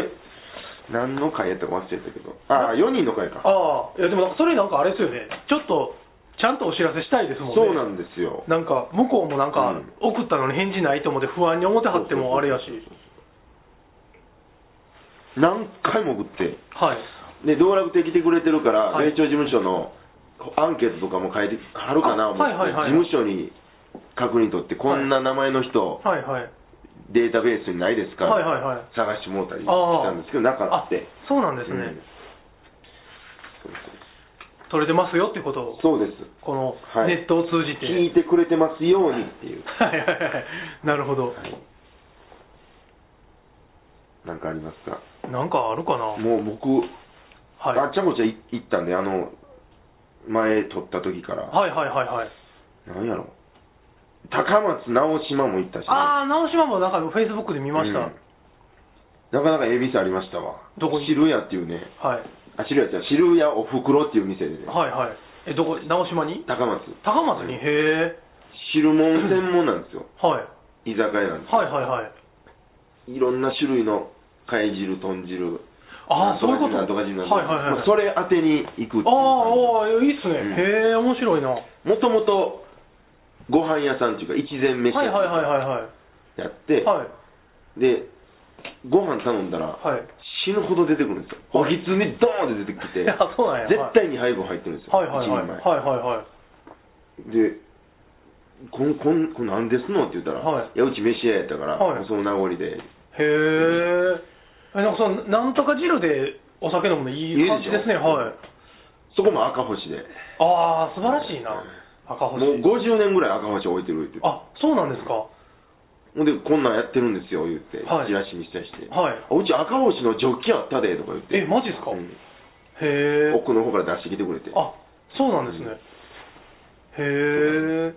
Speaker 1: 何の会やったか忘れたけど。ああ、4人の会か。
Speaker 2: ああ、いやでもなんかそれなんかあれですよね、ちょっとちゃんとお知らせしたいですもんね。
Speaker 1: そうなんですよ。
Speaker 2: なんか向こうもなんか
Speaker 1: うん
Speaker 2: 送ったのに返事ないと思って不安に思ってはってもあれやし、
Speaker 1: 何回も送って。
Speaker 2: はい。
Speaker 1: で、道楽亭来てくれてるから、
Speaker 2: はい
Speaker 1: 霊長事務所のアンケートとかも書いてはるか
Speaker 2: あ
Speaker 1: な思って、
Speaker 2: はいはいはい
Speaker 1: 事務所に確認取って、こんな名前の人、
Speaker 2: はいはい。
Speaker 1: データベースにないですか、
Speaker 2: はいはいはい。
Speaker 1: 探してもらったりしたんですけど、なかった。
Speaker 2: あそうなんですね、
Speaker 1: うん
Speaker 2: 取れてますよってことを、
Speaker 1: そうです。
Speaker 2: この
Speaker 1: はい
Speaker 2: ネットを通じて。
Speaker 1: 聞いてくれてますようにっていう。
Speaker 2: はいはいはい。なるほど。
Speaker 1: なんかありますか
Speaker 2: なんかあるかな
Speaker 1: もう僕、
Speaker 2: はい。
Speaker 1: あっちゃこっちゃい行ったんで、あの、前撮った時から、
Speaker 2: はいはいはいはい。
Speaker 1: なんやろ、高松直島も行ったしね、
Speaker 2: ああ、直島もなんかフェイスブックで見ました。
Speaker 1: うんなかなかええ店ありましたわ。
Speaker 2: どこに
Speaker 1: 汁屋っていうね、
Speaker 2: はい。
Speaker 1: あ、汁屋じゃない汁屋おふくろっていう店でね、
Speaker 2: はいはい。え、どこ、直島に
Speaker 1: 高松。
Speaker 2: 高松に、へえ。
Speaker 1: 汁もん専門なんですよ。
Speaker 2: はい。
Speaker 1: 居酒屋なんですよ。
Speaker 2: はいはいはい。
Speaker 1: いろんな種類の貝汁、豚汁、
Speaker 2: ああ、そういうこと。
Speaker 1: なんとか汁なんとか汁なんとか
Speaker 2: はいはいはい。
Speaker 1: まあそれ当てに行くっていう
Speaker 2: ああ、
Speaker 1: 感
Speaker 2: ああ、いいっすね。
Speaker 1: うん
Speaker 2: へえ、面白いな。は
Speaker 1: じ。もともと、ご飯屋さんっていうか、一
Speaker 2: い
Speaker 1: 膳飯
Speaker 2: はい
Speaker 1: 屋
Speaker 2: はい
Speaker 1: さ
Speaker 2: は
Speaker 1: んやっ
Speaker 2: い。
Speaker 1: て、
Speaker 2: はい。
Speaker 1: で、ご飯頼んだら、
Speaker 2: はい。
Speaker 1: 死ぬほど出てくるんですよ。おひつにドーンって出てき て、
Speaker 2: いやそうなんや
Speaker 1: 絶対に配合入ってるんですよ。
Speaker 2: はいはいはい。はい
Speaker 1: 一
Speaker 2: はいはい。
Speaker 1: 人前。で、こん、こん、こんなんですのって言ったら、
Speaker 2: はい
Speaker 1: や、うち飯屋やったから、
Speaker 2: はい
Speaker 1: その名残で。
Speaker 2: へえ。え、なんかその、なんとか汁でお酒飲むのいい感じですね。
Speaker 1: いいでしょ
Speaker 2: はい。
Speaker 1: そこも赤星で。
Speaker 2: ああ、素晴らしいな。赤星。
Speaker 1: もう50年ぐらい赤星置いてるって言って。
Speaker 2: あ、そうなんですか。
Speaker 1: ほんで、こんなんやってるんですよ、言って、
Speaker 2: はい
Speaker 1: チラシ見せたりして。
Speaker 2: はい
Speaker 1: あうち赤星のジョッキあったで、とか言って。
Speaker 2: え、マジですか、
Speaker 1: うん
Speaker 2: へえ。
Speaker 1: 奥の方から出してきてくれて。
Speaker 2: あ、そうなんですね。へえ。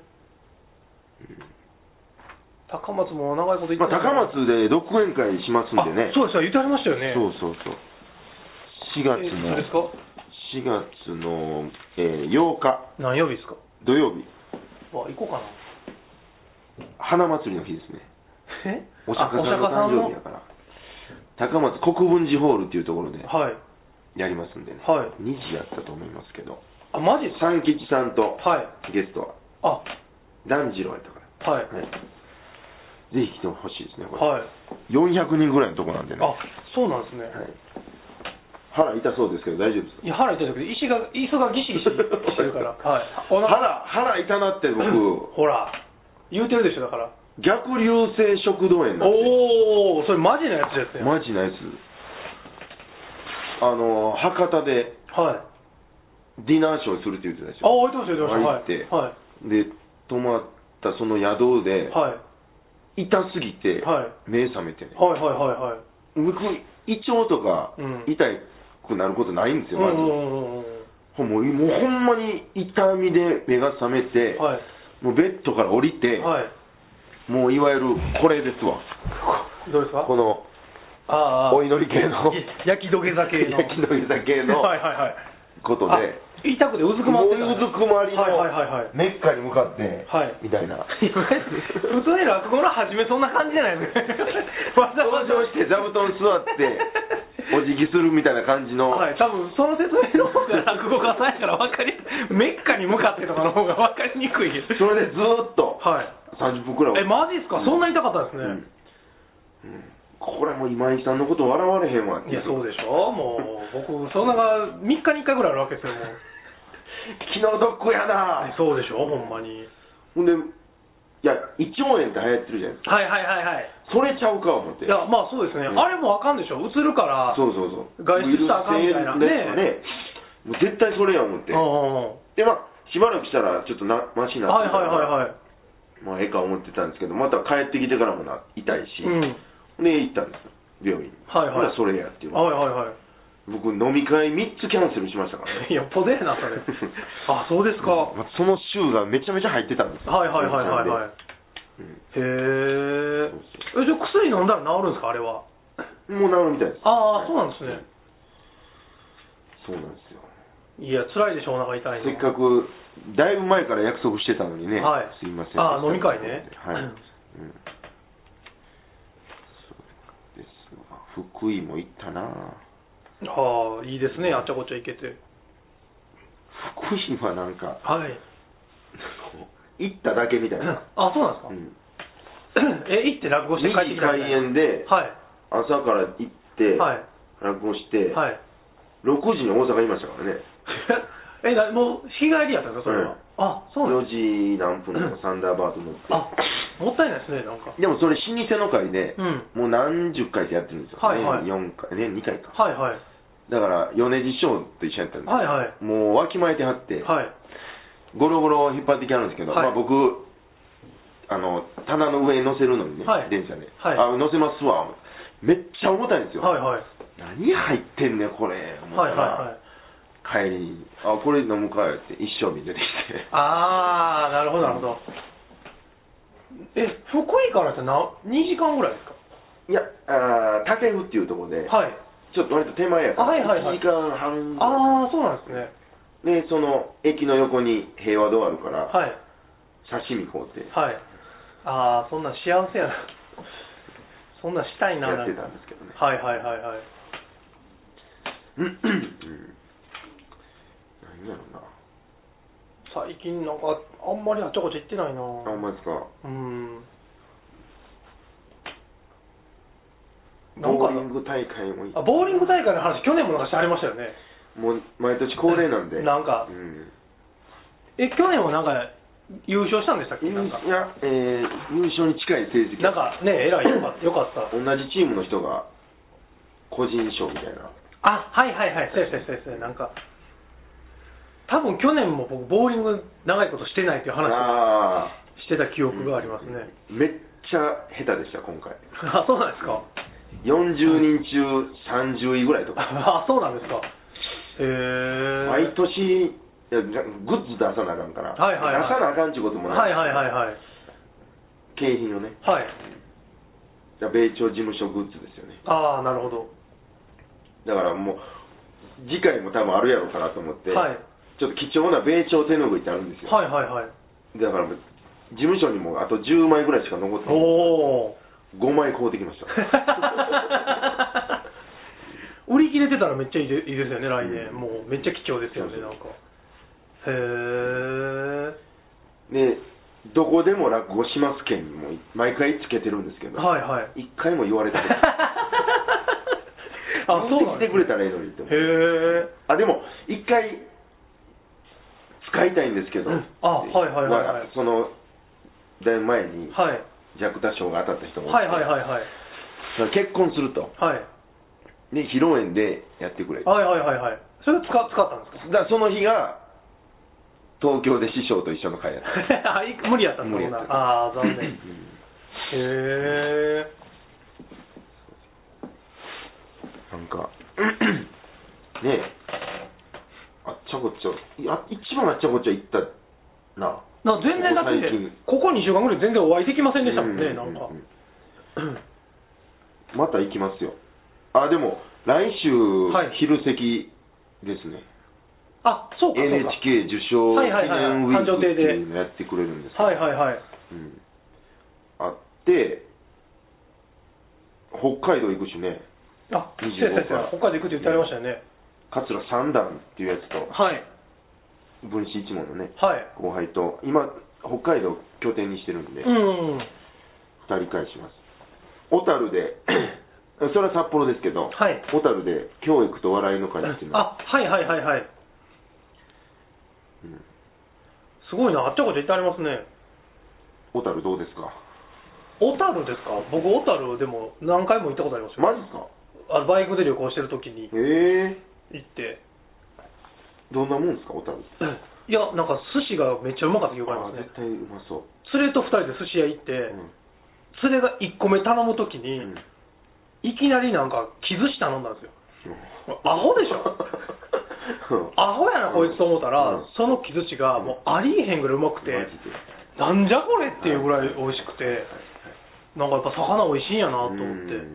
Speaker 2: 高松も長いこと言
Speaker 1: ま
Speaker 2: っ
Speaker 1: あ、
Speaker 2: てない
Speaker 1: 高松で独演会しますんで
Speaker 2: あ
Speaker 1: ね。
Speaker 2: そうですよ、言ってはりましたよね。
Speaker 1: そうそうそう。4月の、
Speaker 2: えいつですか
Speaker 1: 4月の、えー8日、
Speaker 2: 何曜日ですか
Speaker 1: 土曜日、
Speaker 2: わ、行こうかな。
Speaker 1: 花祭りの日ですね。
Speaker 2: え
Speaker 1: お釈迦さんの
Speaker 2: あ
Speaker 1: 誕生日
Speaker 2: お
Speaker 1: だから。高松国分寺ホールっていうところで
Speaker 2: 釈迦さんのはい。
Speaker 1: やりますんでね。
Speaker 2: はい
Speaker 1: 2時やったと思いますけど。
Speaker 2: あ、マジですか
Speaker 1: 三吉さんと、
Speaker 2: はい。
Speaker 1: ゲスト
Speaker 2: あ、
Speaker 1: は、團次郎やったか
Speaker 2: はい。
Speaker 1: ら。はいぜひ来てほしいですね、これ。
Speaker 2: はい。
Speaker 1: 400人ぐらいのとこなんでね。
Speaker 2: あ、そうなんですね。
Speaker 1: はい、腹痛そうですけど大丈夫ですか
Speaker 2: いや、腹痛いけど、石が、椅子がギシギシしてる から。はい。お腹
Speaker 1: 腹、腹痛なって僕、
Speaker 2: ほら、言うてるでしょ、だから。
Speaker 1: 逆流性食道炎なんで
Speaker 2: おお、それマジなやつですね。
Speaker 1: マジなやつ。あの、博多で
Speaker 2: はい。
Speaker 1: ディナーショーするって言ってたでし
Speaker 2: あ、
Speaker 1: ょ。
Speaker 2: 置いてました、置いてま
Speaker 1: 入って
Speaker 2: した。はい。
Speaker 1: で、泊まったその宿で、
Speaker 2: はい。
Speaker 1: 痛すぎて
Speaker 2: は、
Speaker 1: 目覚めてね。
Speaker 2: はい、はい、はい、はい。
Speaker 1: 僕、胃腸とか
Speaker 2: うん
Speaker 1: 痛くなることないんですよ、まず。
Speaker 2: うんう
Speaker 1: も
Speaker 2: んうんうん
Speaker 1: うもうほんまに痛みで目が覚めて、
Speaker 2: はい。
Speaker 1: もうベッドから降りて、
Speaker 2: はい。
Speaker 1: もういわゆるこれですわ。
Speaker 2: どうですか
Speaker 1: この
Speaker 2: ああ。
Speaker 1: お祈り系の
Speaker 2: 焼き土下座系の。
Speaker 1: 焼き土下座系の
Speaker 2: はい、はい、はい。
Speaker 1: ことで、
Speaker 2: あ。痛くてうずくまってたね
Speaker 1: もううずくまりの
Speaker 2: はい、はい、はい、はい。
Speaker 1: メッカに向かって、
Speaker 2: はい
Speaker 1: みたいな。
Speaker 2: 普通に落語の始めそんな感じじゃないですか。わざわざ
Speaker 1: 登場して座布団座って、お辞儀するみたいな感じの、
Speaker 2: はい、多分その説明の方が落語家さんやから分かり、メッカに向かってとかの方が分かりにくいです。
Speaker 1: それでずーっと
Speaker 2: はい。
Speaker 1: 30分くらい、
Speaker 2: え、マジですか、そんな痛かったんです
Speaker 1: う
Speaker 2: ね。
Speaker 1: んうんこれもう今井さんのこと笑われへんわって
Speaker 2: いや、そうでしょ、もう、僕、そんなが3日に1回ぐらいあるわけですよ、もう。
Speaker 1: 気の毒や
Speaker 2: え
Speaker 1: な、
Speaker 2: そうでしょ、ほんまに。
Speaker 1: ほんで、いや、胃腸炎って流行ってるじゃないですか、
Speaker 2: はいはいはいはい。
Speaker 1: それちゃうか思って、
Speaker 2: いや、まあそうですね、
Speaker 1: うん
Speaker 2: あれもあかんでしょ、うつるから、
Speaker 1: そうそうそう、
Speaker 2: 外出したらあかんみたいな
Speaker 1: ウイルス性ですかね、もう絶対それや思って、
Speaker 2: うんうんうん
Speaker 1: で、まあ、しばらくしたら、ちょっとなマシになっ
Speaker 2: は
Speaker 1: て
Speaker 2: い
Speaker 1: きたか
Speaker 2: はい
Speaker 1: ら
Speaker 2: はいはい。
Speaker 1: まあ、ええか思ってたんですけど、また帰ってきてからもな痛いし、
Speaker 2: うん。
Speaker 1: で、行ったんですよ、病院に。
Speaker 2: はいはい
Speaker 1: ほらそれやっていう。
Speaker 2: はいはいはい。
Speaker 1: 僕、飲み会3つキャンセルしましたからね。
Speaker 2: いや、ポゼーな、そ れ。あ、そうですか。
Speaker 1: まあその週がめちゃめちゃ入ってたんですよ
Speaker 2: はいはいはいはいはい。
Speaker 1: うん
Speaker 2: へえ。え、じゃあ薬飲んだら治るんですか、あれは。
Speaker 1: もう治るみたいです。
Speaker 2: ああ、そう
Speaker 1: は
Speaker 2: なんですね。
Speaker 1: いそうなんですよ。
Speaker 2: いや、辛いでしょ、お腹痛いの。
Speaker 1: せっかく、だいぶ前から約束してたのにね、
Speaker 2: はい
Speaker 1: すいません。
Speaker 2: あー飲み会ね
Speaker 1: はい。
Speaker 2: うん
Speaker 1: うんそうですわ福井も行ったなぁ
Speaker 2: ああ、いいですね、あっちゃこっちゃ行けて。
Speaker 1: 福島なんか、
Speaker 2: はい。
Speaker 1: 行っただけみたいな。
Speaker 2: あ、そうなん
Speaker 1: う
Speaker 2: です
Speaker 1: ん
Speaker 2: か。え、行って落語して帰ってきたみたいな。
Speaker 1: 右開演で
Speaker 2: はい。
Speaker 1: 朝から行って、
Speaker 2: はい
Speaker 1: 落語して、
Speaker 2: はい。
Speaker 1: 6時に大阪にいましたからね。
Speaker 2: え、なもう、日帰りやったんですか、それは。
Speaker 1: うん
Speaker 2: あ、そうなん
Speaker 1: 4
Speaker 2: です
Speaker 1: 時何分 のサンダーバード乗って。
Speaker 2: あ、もったいないですね、なんか。
Speaker 1: でもそれ老舗の会で、
Speaker 2: うん
Speaker 1: もう何十回ってやってるんですよ。
Speaker 2: はいはい
Speaker 1: 年4回、年2回か。
Speaker 2: はいはい。
Speaker 1: だから、米津師匠と一緒やったんですよ
Speaker 2: はいはい。
Speaker 1: もうわきまえてはって、
Speaker 2: はい。
Speaker 1: ゴロゴロ引っ張ってきはるんですけど、
Speaker 2: はい
Speaker 1: まあ僕、あの、棚の上に乗せるのにね、
Speaker 2: はい
Speaker 1: 電車で。
Speaker 2: はい
Speaker 1: あ、乗せますわ。めっちゃ重たいんですよ。
Speaker 2: はいはい。
Speaker 1: 何入ってんねん、これ。思
Speaker 2: は
Speaker 1: っ
Speaker 2: い
Speaker 1: た
Speaker 2: はいは
Speaker 1: ら
Speaker 2: い。
Speaker 1: 帰りに、あ、これ飲むかよって一生に出てきて。
Speaker 2: ああ、なるほど、なるほど。え、福井からってな2時間ぐらいです
Speaker 1: いや、あー竹生っていうところで、
Speaker 2: かはい。
Speaker 1: ちょっと割と手前やから、
Speaker 2: はいはいはい
Speaker 1: 1時間半ぐらい
Speaker 2: ああ、そうなんですね。
Speaker 1: で、その駅の横に平和堂あるから、
Speaker 2: はい。
Speaker 1: 刺身買うて
Speaker 2: はい。ああ、そんなん幸せやな。 そんなんしたいな。
Speaker 1: やってたんですけどね
Speaker 2: はいはいはいはい。
Speaker 1: うんうん何やろな。
Speaker 2: 最近なんか、あんまりあちゃこちゃ行ってないな。
Speaker 1: あ、ほんまですか。
Speaker 2: うん。なん
Speaker 1: ボ
Speaker 2: か
Speaker 1: ーリング大会もいい
Speaker 2: あ、ボーリング大会の話、去年もなんかしてありましたよね。
Speaker 1: もう毎年恒例なんで。
Speaker 2: なんか
Speaker 1: うん、
Speaker 2: え、去年もなんか、優勝したんでしたっけ
Speaker 1: 優
Speaker 2: なんか。
Speaker 1: いや、えー優勝に近い成績。
Speaker 2: なんかね、えらいよかった。よかった
Speaker 1: 同じチームの人が個人賞みたいな。
Speaker 2: あ、はいはいはい。そうですそうですそうですなんか、多分去年も僕、ボーリング長いことしてないっていう話を
Speaker 1: ああ。
Speaker 2: してた記憶がありますね。
Speaker 1: めっちゃ下手でした、今回。
Speaker 2: あ、そうなんですか。
Speaker 1: 40人中30位ぐらいとか。
Speaker 2: あ、そうなんですか。へえ。
Speaker 1: 毎年、いやじゃグッズ出さなあかんから、
Speaker 2: はいはいはい
Speaker 1: 出さなあかんちゅうことも
Speaker 2: は
Speaker 1: ないい、
Speaker 2: はいはいはい。
Speaker 1: 景品をね、
Speaker 2: はい。
Speaker 1: じゃあ米朝事務所グッズですよね、
Speaker 2: ああ、なるほど。
Speaker 1: だからもう、次回も多分あるやろうかなと思って、
Speaker 2: はい
Speaker 1: ちょっと貴重な米朝手拭いってあるんですよ、
Speaker 2: はいはいはい。
Speaker 1: だからもう事務所にもあと10枚ぐらいしか残ってない、
Speaker 2: おお。
Speaker 1: 5枚買うてきました。
Speaker 2: 売り切れてたらめっちゃいいでいいですよね、来年。
Speaker 1: うん
Speaker 2: もうめっちゃ貴重ですよね、なんか。へえ。
Speaker 1: でどこでも落語しますけんも毎回つけてるんですけど、
Speaker 2: はいはい。
Speaker 1: 一回も言われてない
Speaker 2: あ、そうなん
Speaker 1: 持ってきてくれたら
Speaker 2: ね。
Speaker 1: いいのにって思う
Speaker 2: へえ。
Speaker 1: あでも一回使いたいんですけど、
Speaker 2: うんあはいはいはいはい
Speaker 1: まあそのだいぶ前に
Speaker 2: はい。
Speaker 1: 弱田賞が当たった人もおっ
Speaker 2: は
Speaker 1: て
Speaker 2: いはいはいはい。
Speaker 1: その結婚すると
Speaker 2: はい。
Speaker 1: で披露宴でやってくれだか
Speaker 2: はいはいはいはい。それ使使ったんですか
Speaker 1: らその日が東京で師匠と一緒の会やった
Speaker 2: あい無理やったんだ
Speaker 1: 無理や
Speaker 2: そ
Speaker 1: った
Speaker 2: んなああ、残念。
Speaker 1: うん
Speaker 2: へえ。
Speaker 1: なんか、 ねえ、あっちゃこっちゃ、いや一番あっちゃこっちゃ行ったな。
Speaker 2: な全然だって
Speaker 1: ここ最近、
Speaker 2: ここ2週間ぐらい全然お会いできませんでしたもん
Speaker 1: う
Speaker 2: ね、
Speaker 1: う
Speaker 2: な
Speaker 1: うん
Speaker 2: か。
Speaker 1: また行きますよ。あ、でも、来週、
Speaker 2: はい
Speaker 1: 昼席ですね。
Speaker 2: あ、そうか、そうか。
Speaker 1: NHK 受賞記
Speaker 2: はいはいはい
Speaker 1: 念ウィーク
Speaker 2: 誕
Speaker 1: っ
Speaker 2: 生
Speaker 1: て
Speaker 2: 亭で
Speaker 1: いうのやってくれるんですけど
Speaker 2: はいはいはい。
Speaker 1: うんあって、北海道行くしね、
Speaker 2: あ、
Speaker 1: 25
Speaker 2: 先生、北海道行くって言ってありましたよね。
Speaker 1: 桂三段っていうやつと、
Speaker 2: はい。
Speaker 1: 分子一門のね、
Speaker 2: はい。
Speaker 1: 後輩と今北海道拠点にしてるんで、
Speaker 2: う
Speaker 1: 二
Speaker 2: ん。
Speaker 1: 2人会します小樽で それは札幌ですけど、
Speaker 2: はい
Speaker 1: 小樽で教育と笑いの会っていうの
Speaker 2: あ、はいはいはいはい。
Speaker 1: うん
Speaker 2: すごいな、あっちゃこっちゃ行ってありますね。
Speaker 1: 小樽どうですか
Speaker 2: 小樽ですか僕、小樽でも何回も行ったことありますよ。
Speaker 1: マジですか
Speaker 2: あのバイクで旅行してる時に
Speaker 1: ええ
Speaker 2: 行って。
Speaker 1: どんなもんですか小樽って
Speaker 2: いや、なんか寿司がめっちゃうまかった記憶ありま
Speaker 1: あ
Speaker 2: す
Speaker 1: ー
Speaker 2: ね
Speaker 1: 絶。対うまそう、
Speaker 2: 連れと2人で寿司屋行って、
Speaker 1: うん
Speaker 2: 連れが1個目頼む時に、
Speaker 1: うん
Speaker 2: いきなりなんか木寿司頼んだんですよアホでしょアホやなこいつと思ったら、
Speaker 1: うん
Speaker 2: その木寿司がもうありえへんぐらいうまくて、
Speaker 1: マジで
Speaker 2: なんじゃこれっていうぐらい美味しくて、なんかやっぱ魚美味しいんやなと思って、
Speaker 1: うん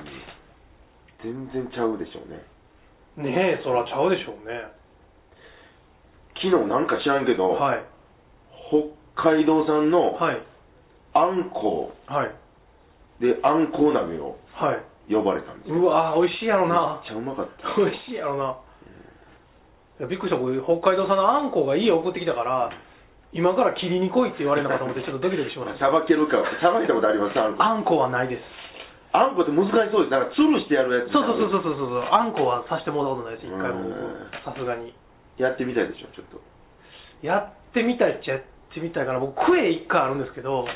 Speaker 1: 全然ちゃうでしょうね
Speaker 2: ねえそらちゃうでしょうね
Speaker 1: 昨日なんか知らんけど、
Speaker 2: はい
Speaker 1: 北海道産の
Speaker 2: はい
Speaker 1: あんこ
Speaker 2: はい
Speaker 1: であんこう鍋を
Speaker 2: はい
Speaker 1: 呼ばれたんですよ
Speaker 2: うわー美味しいやろな
Speaker 1: めっちゃうまか った
Speaker 2: 美味しいやろないやびっくりした僕北海道産のあんこが家送ってきたから今から切りに来いって言われるのかと思ってちょっとドキドキしました
Speaker 1: さばけるかさばけたことありますあんこ
Speaker 2: あんこはないです
Speaker 1: あんこって難しそうですなんかつるしてやるやつ
Speaker 2: そうそうそう
Speaker 1: う
Speaker 2: そうそうそうあんこはさしてもらったことないです一回も
Speaker 1: うん
Speaker 2: 僕さすがに
Speaker 1: やってみたいでしょちょっと
Speaker 2: やってみたいっちゃやってみたいから僕クエ一回あるんですけど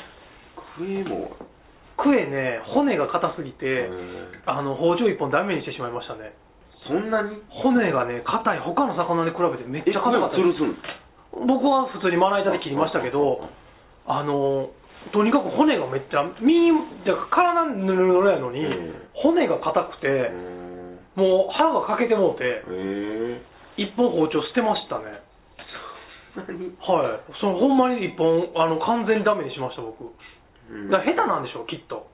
Speaker 1: クエも
Speaker 2: クエね骨が硬すぎて
Speaker 1: うん
Speaker 2: あの包丁一本ダメにしてしまいましたね
Speaker 1: そんなに
Speaker 2: 骨がね硬い他の魚に比べてめっちゃ硬かった
Speaker 1: えクエ
Speaker 2: で
Speaker 1: も
Speaker 2: す
Speaker 1: つるすんですか
Speaker 2: 僕は普通にまな板で切りましたけどあのとにかく骨がめっちゃ身じゃ体ぬるぬるやのに、
Speaker 1: うん
Speaker 2: 骨が硬く
Speaker 1: う
Speaker 2: て、
Speaker 1: ん
Speaker 2: もう歯が欠けてもうて
Speaker 1: へえ
Speaker 2: 一本包丁捨てましたね
Speaker 1: そんなに
Speaker 2: はいそのほんまに一本あの完全にダメにしました僕
Speaker 1: うん
Speaker 2: だから下手なんでしょうきっと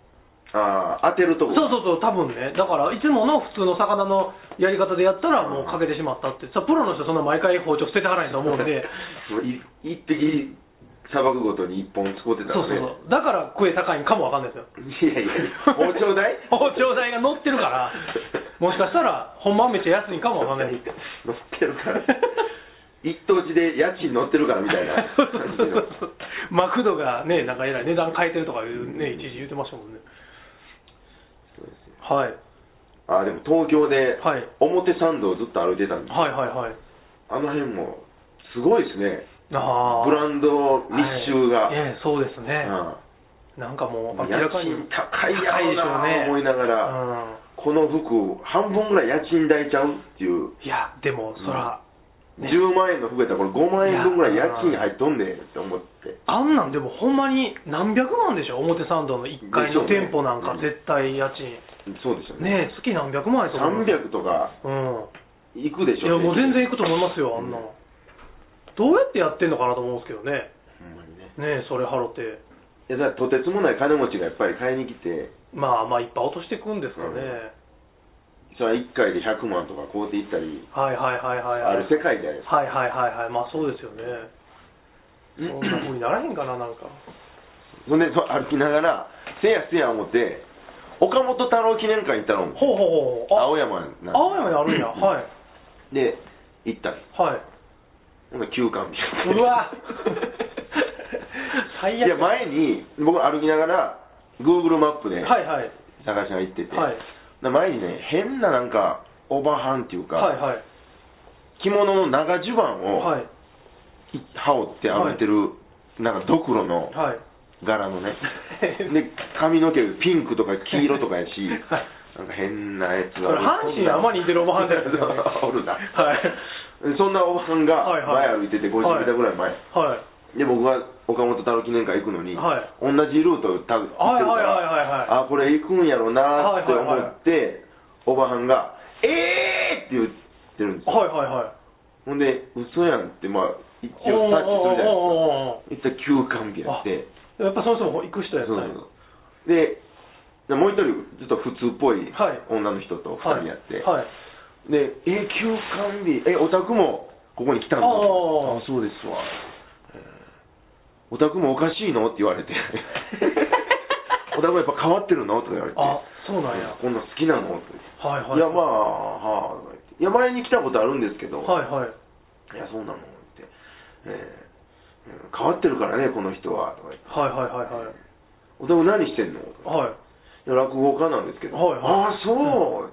Speaker 1: ああ当てる
Speaker 2: そ
Speaker 1: と
Speaker 2: う
Speaker 1: こ
Speaker 2: そうそう多分ねだからいつもの普通の魚のやり方でやったらもう欠けてしまったってさプロの人そんな毎回包丁捨ててはらないと思うんで
Speaker 1: もうい一滴さばくごとに一本使って
Speaker 2: そう
Speaker 1: た
Speaker 2: そう
Speaker 1: ので
Speaker 2: そうだから食え高いんかもわかんないですよ
Speaker 1: いやいや包丁代
Speaker 2: 包丁代が乗ってるからもしかしたらほんまはめっちゃ安いんかもわかんない
Speaker 1: 乗ってるから一等地で家賃乗ってるからみたいな
Speaker 2: そうそうそうそう マクドがねなんかえらい値段変えてるとかいうね、一時言ってましたもんね
Speaker 1: そうですよ
Speaker 2: はい
Speaker 1: あでも東京で
Speaker 2: はい
Speaker 1: 表参道をずっと歩いてたんです、
Speaker 2: はいはいはい
Speaker 1: あの辺もすごいですね
Speaker 2: ああ
Speaker 1: ブランド密集
Speaker 2: は
Speaker 1: が、
Speaker 2: いええそうですね、なんかもう明らかに
Speaker 1: 家賃高いやろうな思いながら
Speaker 2: うん
Speaker 1: この服半分ぐらい家賃代ちゃうっていう
Speaker 2: いやでもそら、ね
Speaker 1: 10万円の服やったらこれ5万円分ぐらい家賃入っとんねんって思って
Speaker 2: あんなんでもほんまに何百万でしょ表参道の1階の
Speaker 1: でしょう
Speaker 2: 店
Speaker 1: ね
Speaker 2: 舗なんか
Speaker 1: うん
Speaker 2: 絶対家賃、
Speaker 1: そうですよ
Speaker 2: ねえ
Speaker 1: ね
Speaker 2: 月何百万やと思う
Speaker 1: 300とか
Speaker 2: うん
Speaker 1: いくでし
Speaker 2: いや
Speaker 1: ょ
Speaker 2: もう全然いくと思いま
Speaker 1: ま
Speaker 2: すよあんな、どうやってやってんのかなと思うんですけどね
Speaker 1: すほんまにね
Speaker 2: ねえそれハロって
Speaker 1: いやだからとてつもない金持ちがやっぱり買いに来て
Speaker 2: まあまあいっぱい落としていくんですかね、
Speaker 1: それは1回で100万とか買うていったり
Speaker 2: はいはいはいはいは
Speaker 1: あ
Speaker 2: い
Speaker 1: る世界じゃないですか
Speaker 2: はいはいはいはいまあそうですよねそんなふうにならへんかななんか
Speaker 1: ほんでそう歩きながらせやせや思って岡本太郎記念館行ったの
Speaker 2: ほうほうほうあ
Speaker 1: 青山なんです
Speaker 2: 青山にあるんやはい
Speaker 1: で行ったんです
Speaker 2: はい
Speaker 1: ほんなら休館日
Speaker 2: うわ 最悪
Speaker 1: いや前に僕歩きながら Google マップで
Speaker 2: はいはい
Speaker 1: 探しが行ってて、
Speaker 2: はい
Speaker 1: で前にね変ななんかオバハンっていうか、
Speaker 2: はいはい
Speaker 1: 着物の長襦袢を、
Speaker 2: はい
Speaker 1: 羽織って歩いてる、なんかドクロの
Speaker 2: はい
Speaker 1: 柄のねで髪の毛ピンクとか黄色とかやし、
Speaker 2: はい
Speaker 1: なんか変なやつ
Speaker 2: それ阪神にあまり似てるおばはんじゃないですか、ね
Speaker 1: 、おるな、
Speaker 2: はい
Speaker 1: そんなおばはんが
Speaker 2: はいはい
Speaker 1: 前歩いてて50メーターぐらい前、
Speaker 2: はい
Speaker 1: で僕が岡本太郎記念館行くのに、
Speaker 2: はい
Speaker 1: 同じルートをた行ってるから、
Speaker 2: はいはいはいはいはい
Speaker 1: あこれ行くんやろなーって思って、おばはんが「えー!」って言ってるんですよ、
Speaker 2: はいはいはい
Speaker 1: ほんで嘘やんってまあ一
Speaker 2: おー
Speaker 1: 応タッチするじゃないですか
Speaker 2: お
Speaker 1: 一応休館日やって
Speaker 2: ーおーおーやっぱその人も行く人やっ
Speaker 1: そう
Speaker 2: た
Speaker 1: そ
Speaker 2: んや
Speaker 1: うそうででもう一人ちょっと普通っぽい
Speaker 2: はい
Speaker 1: 女の人と
Speaker 2: は
Speaker 1: 二人やって、
Speaker 2: いはい
Speaker 1: で「えー休館日えお宅もここに来たんだ」
Speaker 2: あー
Speaker 1: あそうですわ」えーお宅もおかしいの?」って言われ て「お宅もやっぱ変わってるの?」とか言われて
Speaker 2: あそうなんや
Speaker 1: こんな好きなの?」って
Speaker 2: はいはい
Speaker 1: いやまあはあ」とか言って「いや前に来たことあるんですけど、
Speaker 2: はいはい
Speaker 1: いやそうなの」って、えーうん変わってるからねこの人は」とか言って
Speaker 2: はいはいはいはい
Speaker 1: 「お宅何してんの?」とか
Speaker 2: はい
Speaker 1: いや落語家なんですけど、
Speaker 2: はいはい
Speaker 1: ああそう、やっ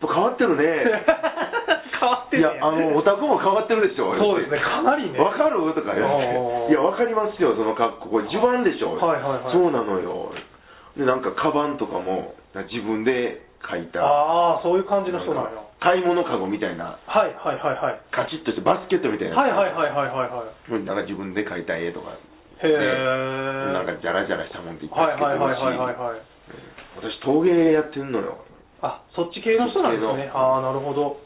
Speaker 1: ぱ変わってるね
Speaker 2: 変わって
Speaker 1: い
Speaker 2: んね
Speaker 1: やあのオタクも変わってるでしょ
Speaker 2: そうですねかなりね
Speaker 1: わかるとか言わ
Speaker 2: あ
Speaker 1: れ
Speaker 2: ー
Speaker 1: ていやわかりますよその格好これ襦袢でしょ、
Speaker 2: はいはいはい
Speaker 1: そうなのよでなんかカバンとかも自分で書いた
Speaker 2: ああそういう感じの人なんや
Speaker 1: なんか買い物カゴみたいな
Speaker 2: はいはいはいはい
Speaker 1: カチッとしてバスケットみたいな、
Speaker 2: はいはいはいはいはいはい
Speaker 1: うんなんか自分で描いた絵とか
Speaker 2: へえ
Speaker 1: なんかジャラジャラしたもんって言って
Speaker 2: はい
Speaker 1: つけて
Speaker 2: はい
Speaker 1: る
Speaker 2: はい
Speaker 1: し
Speaker 2: はいはいはい
Speaker 1: 私陶芸やってんのよ
Speaker 2: あそっち系の人なんですね
Speaker 1: そっち系の
Speaker 2: ああなるほど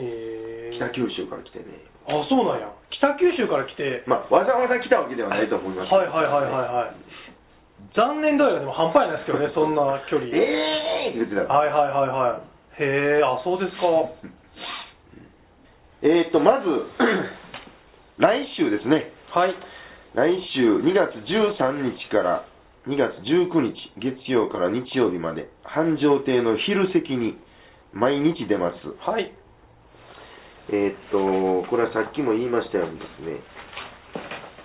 Speaker 2: へえ
Speaker 1: 北九州から来てね
Speaker 2: あそうなんや北九州から来て
Speaker 1: まあ、わざわざ来たわけではないと思いますけど
Speaker 2: はいはいはいはいはい残念だよでも半端やないですけどねそんな距離
Speaker 1: えーって言ってたから
Speaker 2: はいはいはいはいへえあそうですか
Speaker 1: えーと、まず、 来週ですね。
Speaker 2: はい
Speaker 1: 来週2月13日から2月19日月曜から日曜日まで繁盛亭の昼席に毎日出ます
Speaker 2: はい。
Speaker 1: えーっとこれはさっきも言いましたようにですね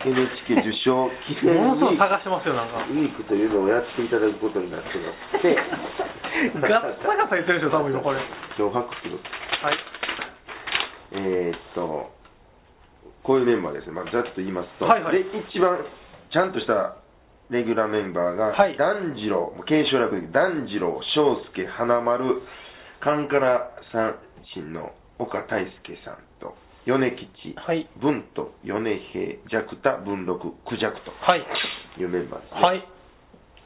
Speaker 1: NHK 受賞記念
Speaker 2: ものすご
Speaker 1: ウィ
Speaker 2: い
Speaker 1: ー
Speaker 2: 探してますよ、なんか。
Speaker 1: クウィークというのをやっていただくことになってまして
Speaker 2: ガッサガサ言ってるでしょ、多分今これ。 はい。
Speaker 1: 脅迫するえーっと、こういうメンバーですね、まあ、ざっと言いますと、
Speaker 2: はいはい
Speaker 1: で一番ちゃんとしたレギュラーメンバーが、
Speaker 2: はい
Speaker 1: 團次郎、もう継承略で團次郎、翔介、花丸、カンカラ三神の岡大輔さんと、米吉、
Speaker 2: はい。
Speaker 1: 文と米平、弱田、文禄、九弱
Speaker 2: はい。
Speaker 1: というメンバーですね。
Speaker 2: はい。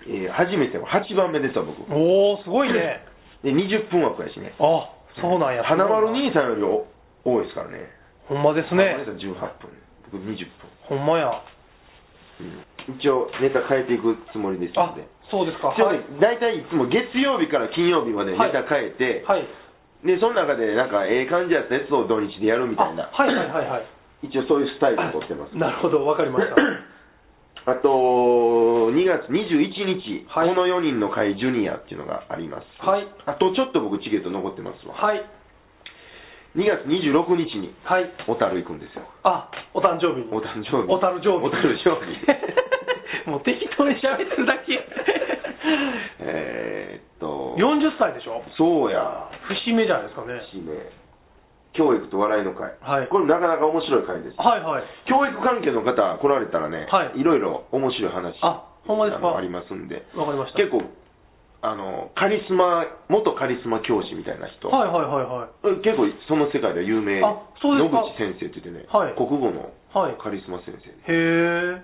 Speaker 1: えー初めては8番目ですわ、僕。
Speaker 2: おー、すごいね。
Speaker 1: で、20分枠やしね。
Speaker 2: あ、そうなんや。
Speaker 1: 花丸兄さんよりお多いですからね。
Speaker 2: ほんまです
Speaker 1: 花
Speaker 2: ね
Speaker 1: 丸。兄さん18分、僕20分。
Speaker 2: ほんまや。あ、
Speaker 1: うん一応ネタ変えていくつもりですので
Speaker 2: そうですか。
Speaker 1: 一応
Speaker 2: はい。
Speaker 1: ね大体いつも月曜日から金曜日までネ
Speaker 2: はい
Speaker 1: タ変えて、
Speaker 2: はい。
Speaker 1: でその中でなんかええ感じやったやつを土日でやるみ
Speaker 2: あ
Speaker 1: たいな、
Speaker 2: はいはいはいはい。
Speaker 1: 一応そういうスタイルをとってます
Speaker 2: なるほど、わかりました。
Speaker 1: あと2月21日、
Speaker 2: はい
Speaker 1: この4人の会ジュニアっていうのがあります、
Speaker 2: はい
Speaker 1: あとちょっと僕チケット残ってますわ、
Speaker 2: はい。
Speaker 1: 2月26日に
Speaker 2: はい。
Speaker 1: 小樽行くんですよ
Speaker 2: あ、お誕生日に。
Speaker 1: お誕生日
Speaker 2: お誕生日。
Speaker 1: お誕生日
Speaker 2: もう適当に喋ってるだ け。
Speaker 1: えーっと
Speaker 2: 40歳でしょ
Speaker 1: そうや
Speaker 2: 節目じゃないですかね。
Speaker 1: しね、教育と笑いの会、
Speaker 2: はい
Speaker 1: これなかなか面白い会です。
Speaker 2: はいはい。
Speaker 1: 教育関係の方来られたらね、
Speaker 2: はい
Speaker 1: ろいろ面白い話
Speaker 2: あほんまですか
Speaker 1: あのありますんで、
Speaker 2: わかりました。
Speaker 1: 結構あのカリスマ元カリスマ教師みたいな人、
Speaker 2: はいはいはいはい。
Speaker 1: 結構その世界では有名
Speaker 2: あそうですか
Speaker 1: 野口先生って言ってね、
Speaker 2: はい
Speaker 1: 国語の
Speaker 2: はい。
Speaker 1: カリスマ先生で、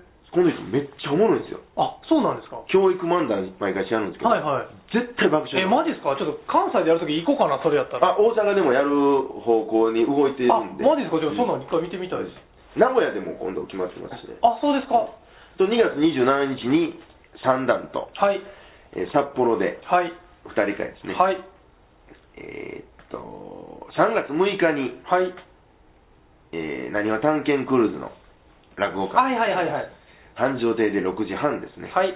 Speaker 2: へえ。
Speaker 1: この人めっちゃおもろいんですよ。
Speaker 2: あ、そうなんですか。は
Speaker 1: 教育漫談毎回やるんですけど、
Speaker 2: いはい。
Speaker 1: 絶対爆笑
Speaker 2: え、マジですかちょっと関西でやるとき行こうかな、それやったら。あ、
Speaker 1: あ大阪でもやる方向に動いてるんで
Speaker 2: マジですかじゃあそんな
Speaker 1: うん
Speaker 2: の一回見てみたいです。
Speaker 1: 名古屋でも今度決まってますしね
Speaker 2: あ、そうですか。
Speaker 1: と2月27日に三段と、
Speaker 2: はい。
Speaker 1: えー札幌で
Speaker 2: はい。
Speaker 1: 2人会ですね、
Speaker 2: はい。
Speaker 1: えーっと3月6日に、
Speaker 2: はい。
Speaker 1: えー、何は探検クルーズの落語
Speaker 2: は
Speaker 1: 会
Speaker 2: いはいはいはい。
Speaker 1: 繁盛亭で6時半ですね、
Speaker 2: はい。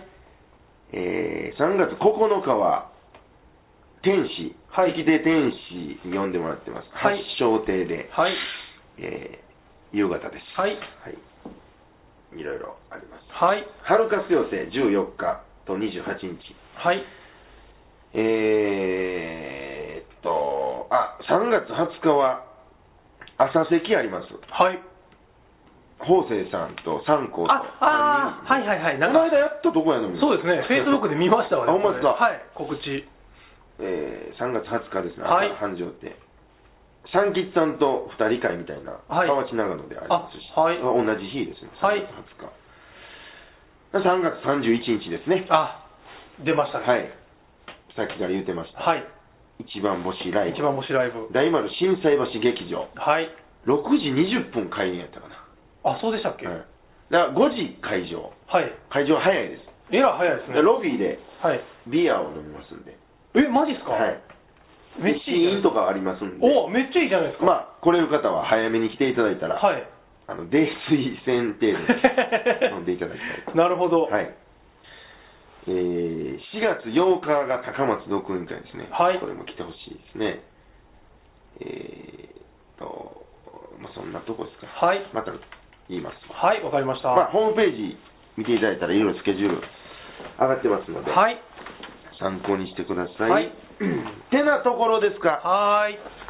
Speaker 1: えー3月9日は天使
Speaker 2: はい
Speaker 1: 駅で天使に呼んでもらってます、
Speaker 2: はい
Speaker 1: 発祥亭で、
Speaker 2: はい。
Speaker 1: えー夕方です
Speaker 2: はい。
Speaker 1: はい、いろいろあります
Speaker 2: はい。
Speaker 1: 春活寄せ14日と28日
Speaker 2: はい。
Speaker 1: えーっと、あ、3月20日は朝席あります。
Speaker 2: はい。
Speaker 1: 法政さんと三光と。
Speaker 2: あ、あー、はいはいはい。
Speaker 1: こ
Speaker 2: なん
Speaker 1: の
Speaker 2: か
Speaker 1: 間やったとこやのに。
Speaker 2: そうです ね。フェイスブックで見ましたわね。
Speaker 1: あほんまですか
Speaker 2: はい。告知。
Speaker 1: えー、3月20日ですね、
Speaker 2: はい
Speaker 1: 朝繁盛って。三吉さんと二人会みたいな、
Speaker 2: はい
Speaker 1: 河内長野でありますし、
Speaker 2: あはい
Speaker 1: 同じ日ですね、
Speaker 2: はい
Speaker 1: 3月20日。3月31日ですね、
Speaker 2: あ、出ましたね。
Speaker 1: はい、さっきから言ってました、
Speaker 2: はい。
Speaker 1: 一番星ライ
Speaker 2: 一
Speaker 1: ブ、
Speaker 2: 番星ライブ。
Speaker 1: 大丸心斎橋劇場、
Speaker 2: はい。
Speaker 1: 6時20分開演やったかな、
Speaker 2: あ、そうでしたっけ、
Speaker 1: はい、だから5時会場、
Speaker 2: はい。
Speaker 1: 会場早いです、
Speaker 2: えらい早いですね
Speaker 1: で。ロビーで
Speaker 2: はい。
Speaker 1: ビアを飲みますんで、
Speaker 2: え、マジっすか、
Speaker 1: はい、
Speaker 2: めっちゃいいじゃ
Speaker 1: 試
Speaker 2: な
Speaker 1: 飲
Speaker 2: い
Speaker 1: とかありますんで、
Speaker 2: おめっちゃいいじゃないですか。
Speaker 1: まあ、来れる方は早めに来ていただいたら、
Speaker 2: はい。
Speaker 1: あの泥酔選定で飲んでいただきたい
Speaker 2: なるほど。
Speaker 1: と。はいえー、4月8日が高松独運会ですね、
Speaker 2: はい
Speaker 1: これも来てほしいですね、えー、と、まあ、そんなとこですか、
Speaker 2: はい。
Speaker 1: また言います。
Speaker 2: はい、わかりました。
Speaker 1: まあ、ホームページ見ていただいたらいろいろスケジュール上がってますので、
Speaker 2: はい。
Speaker 1: 参考にしてください。
Speaker 2: はい
Speaker 1: てなところですか。
Speaker 2: はーい。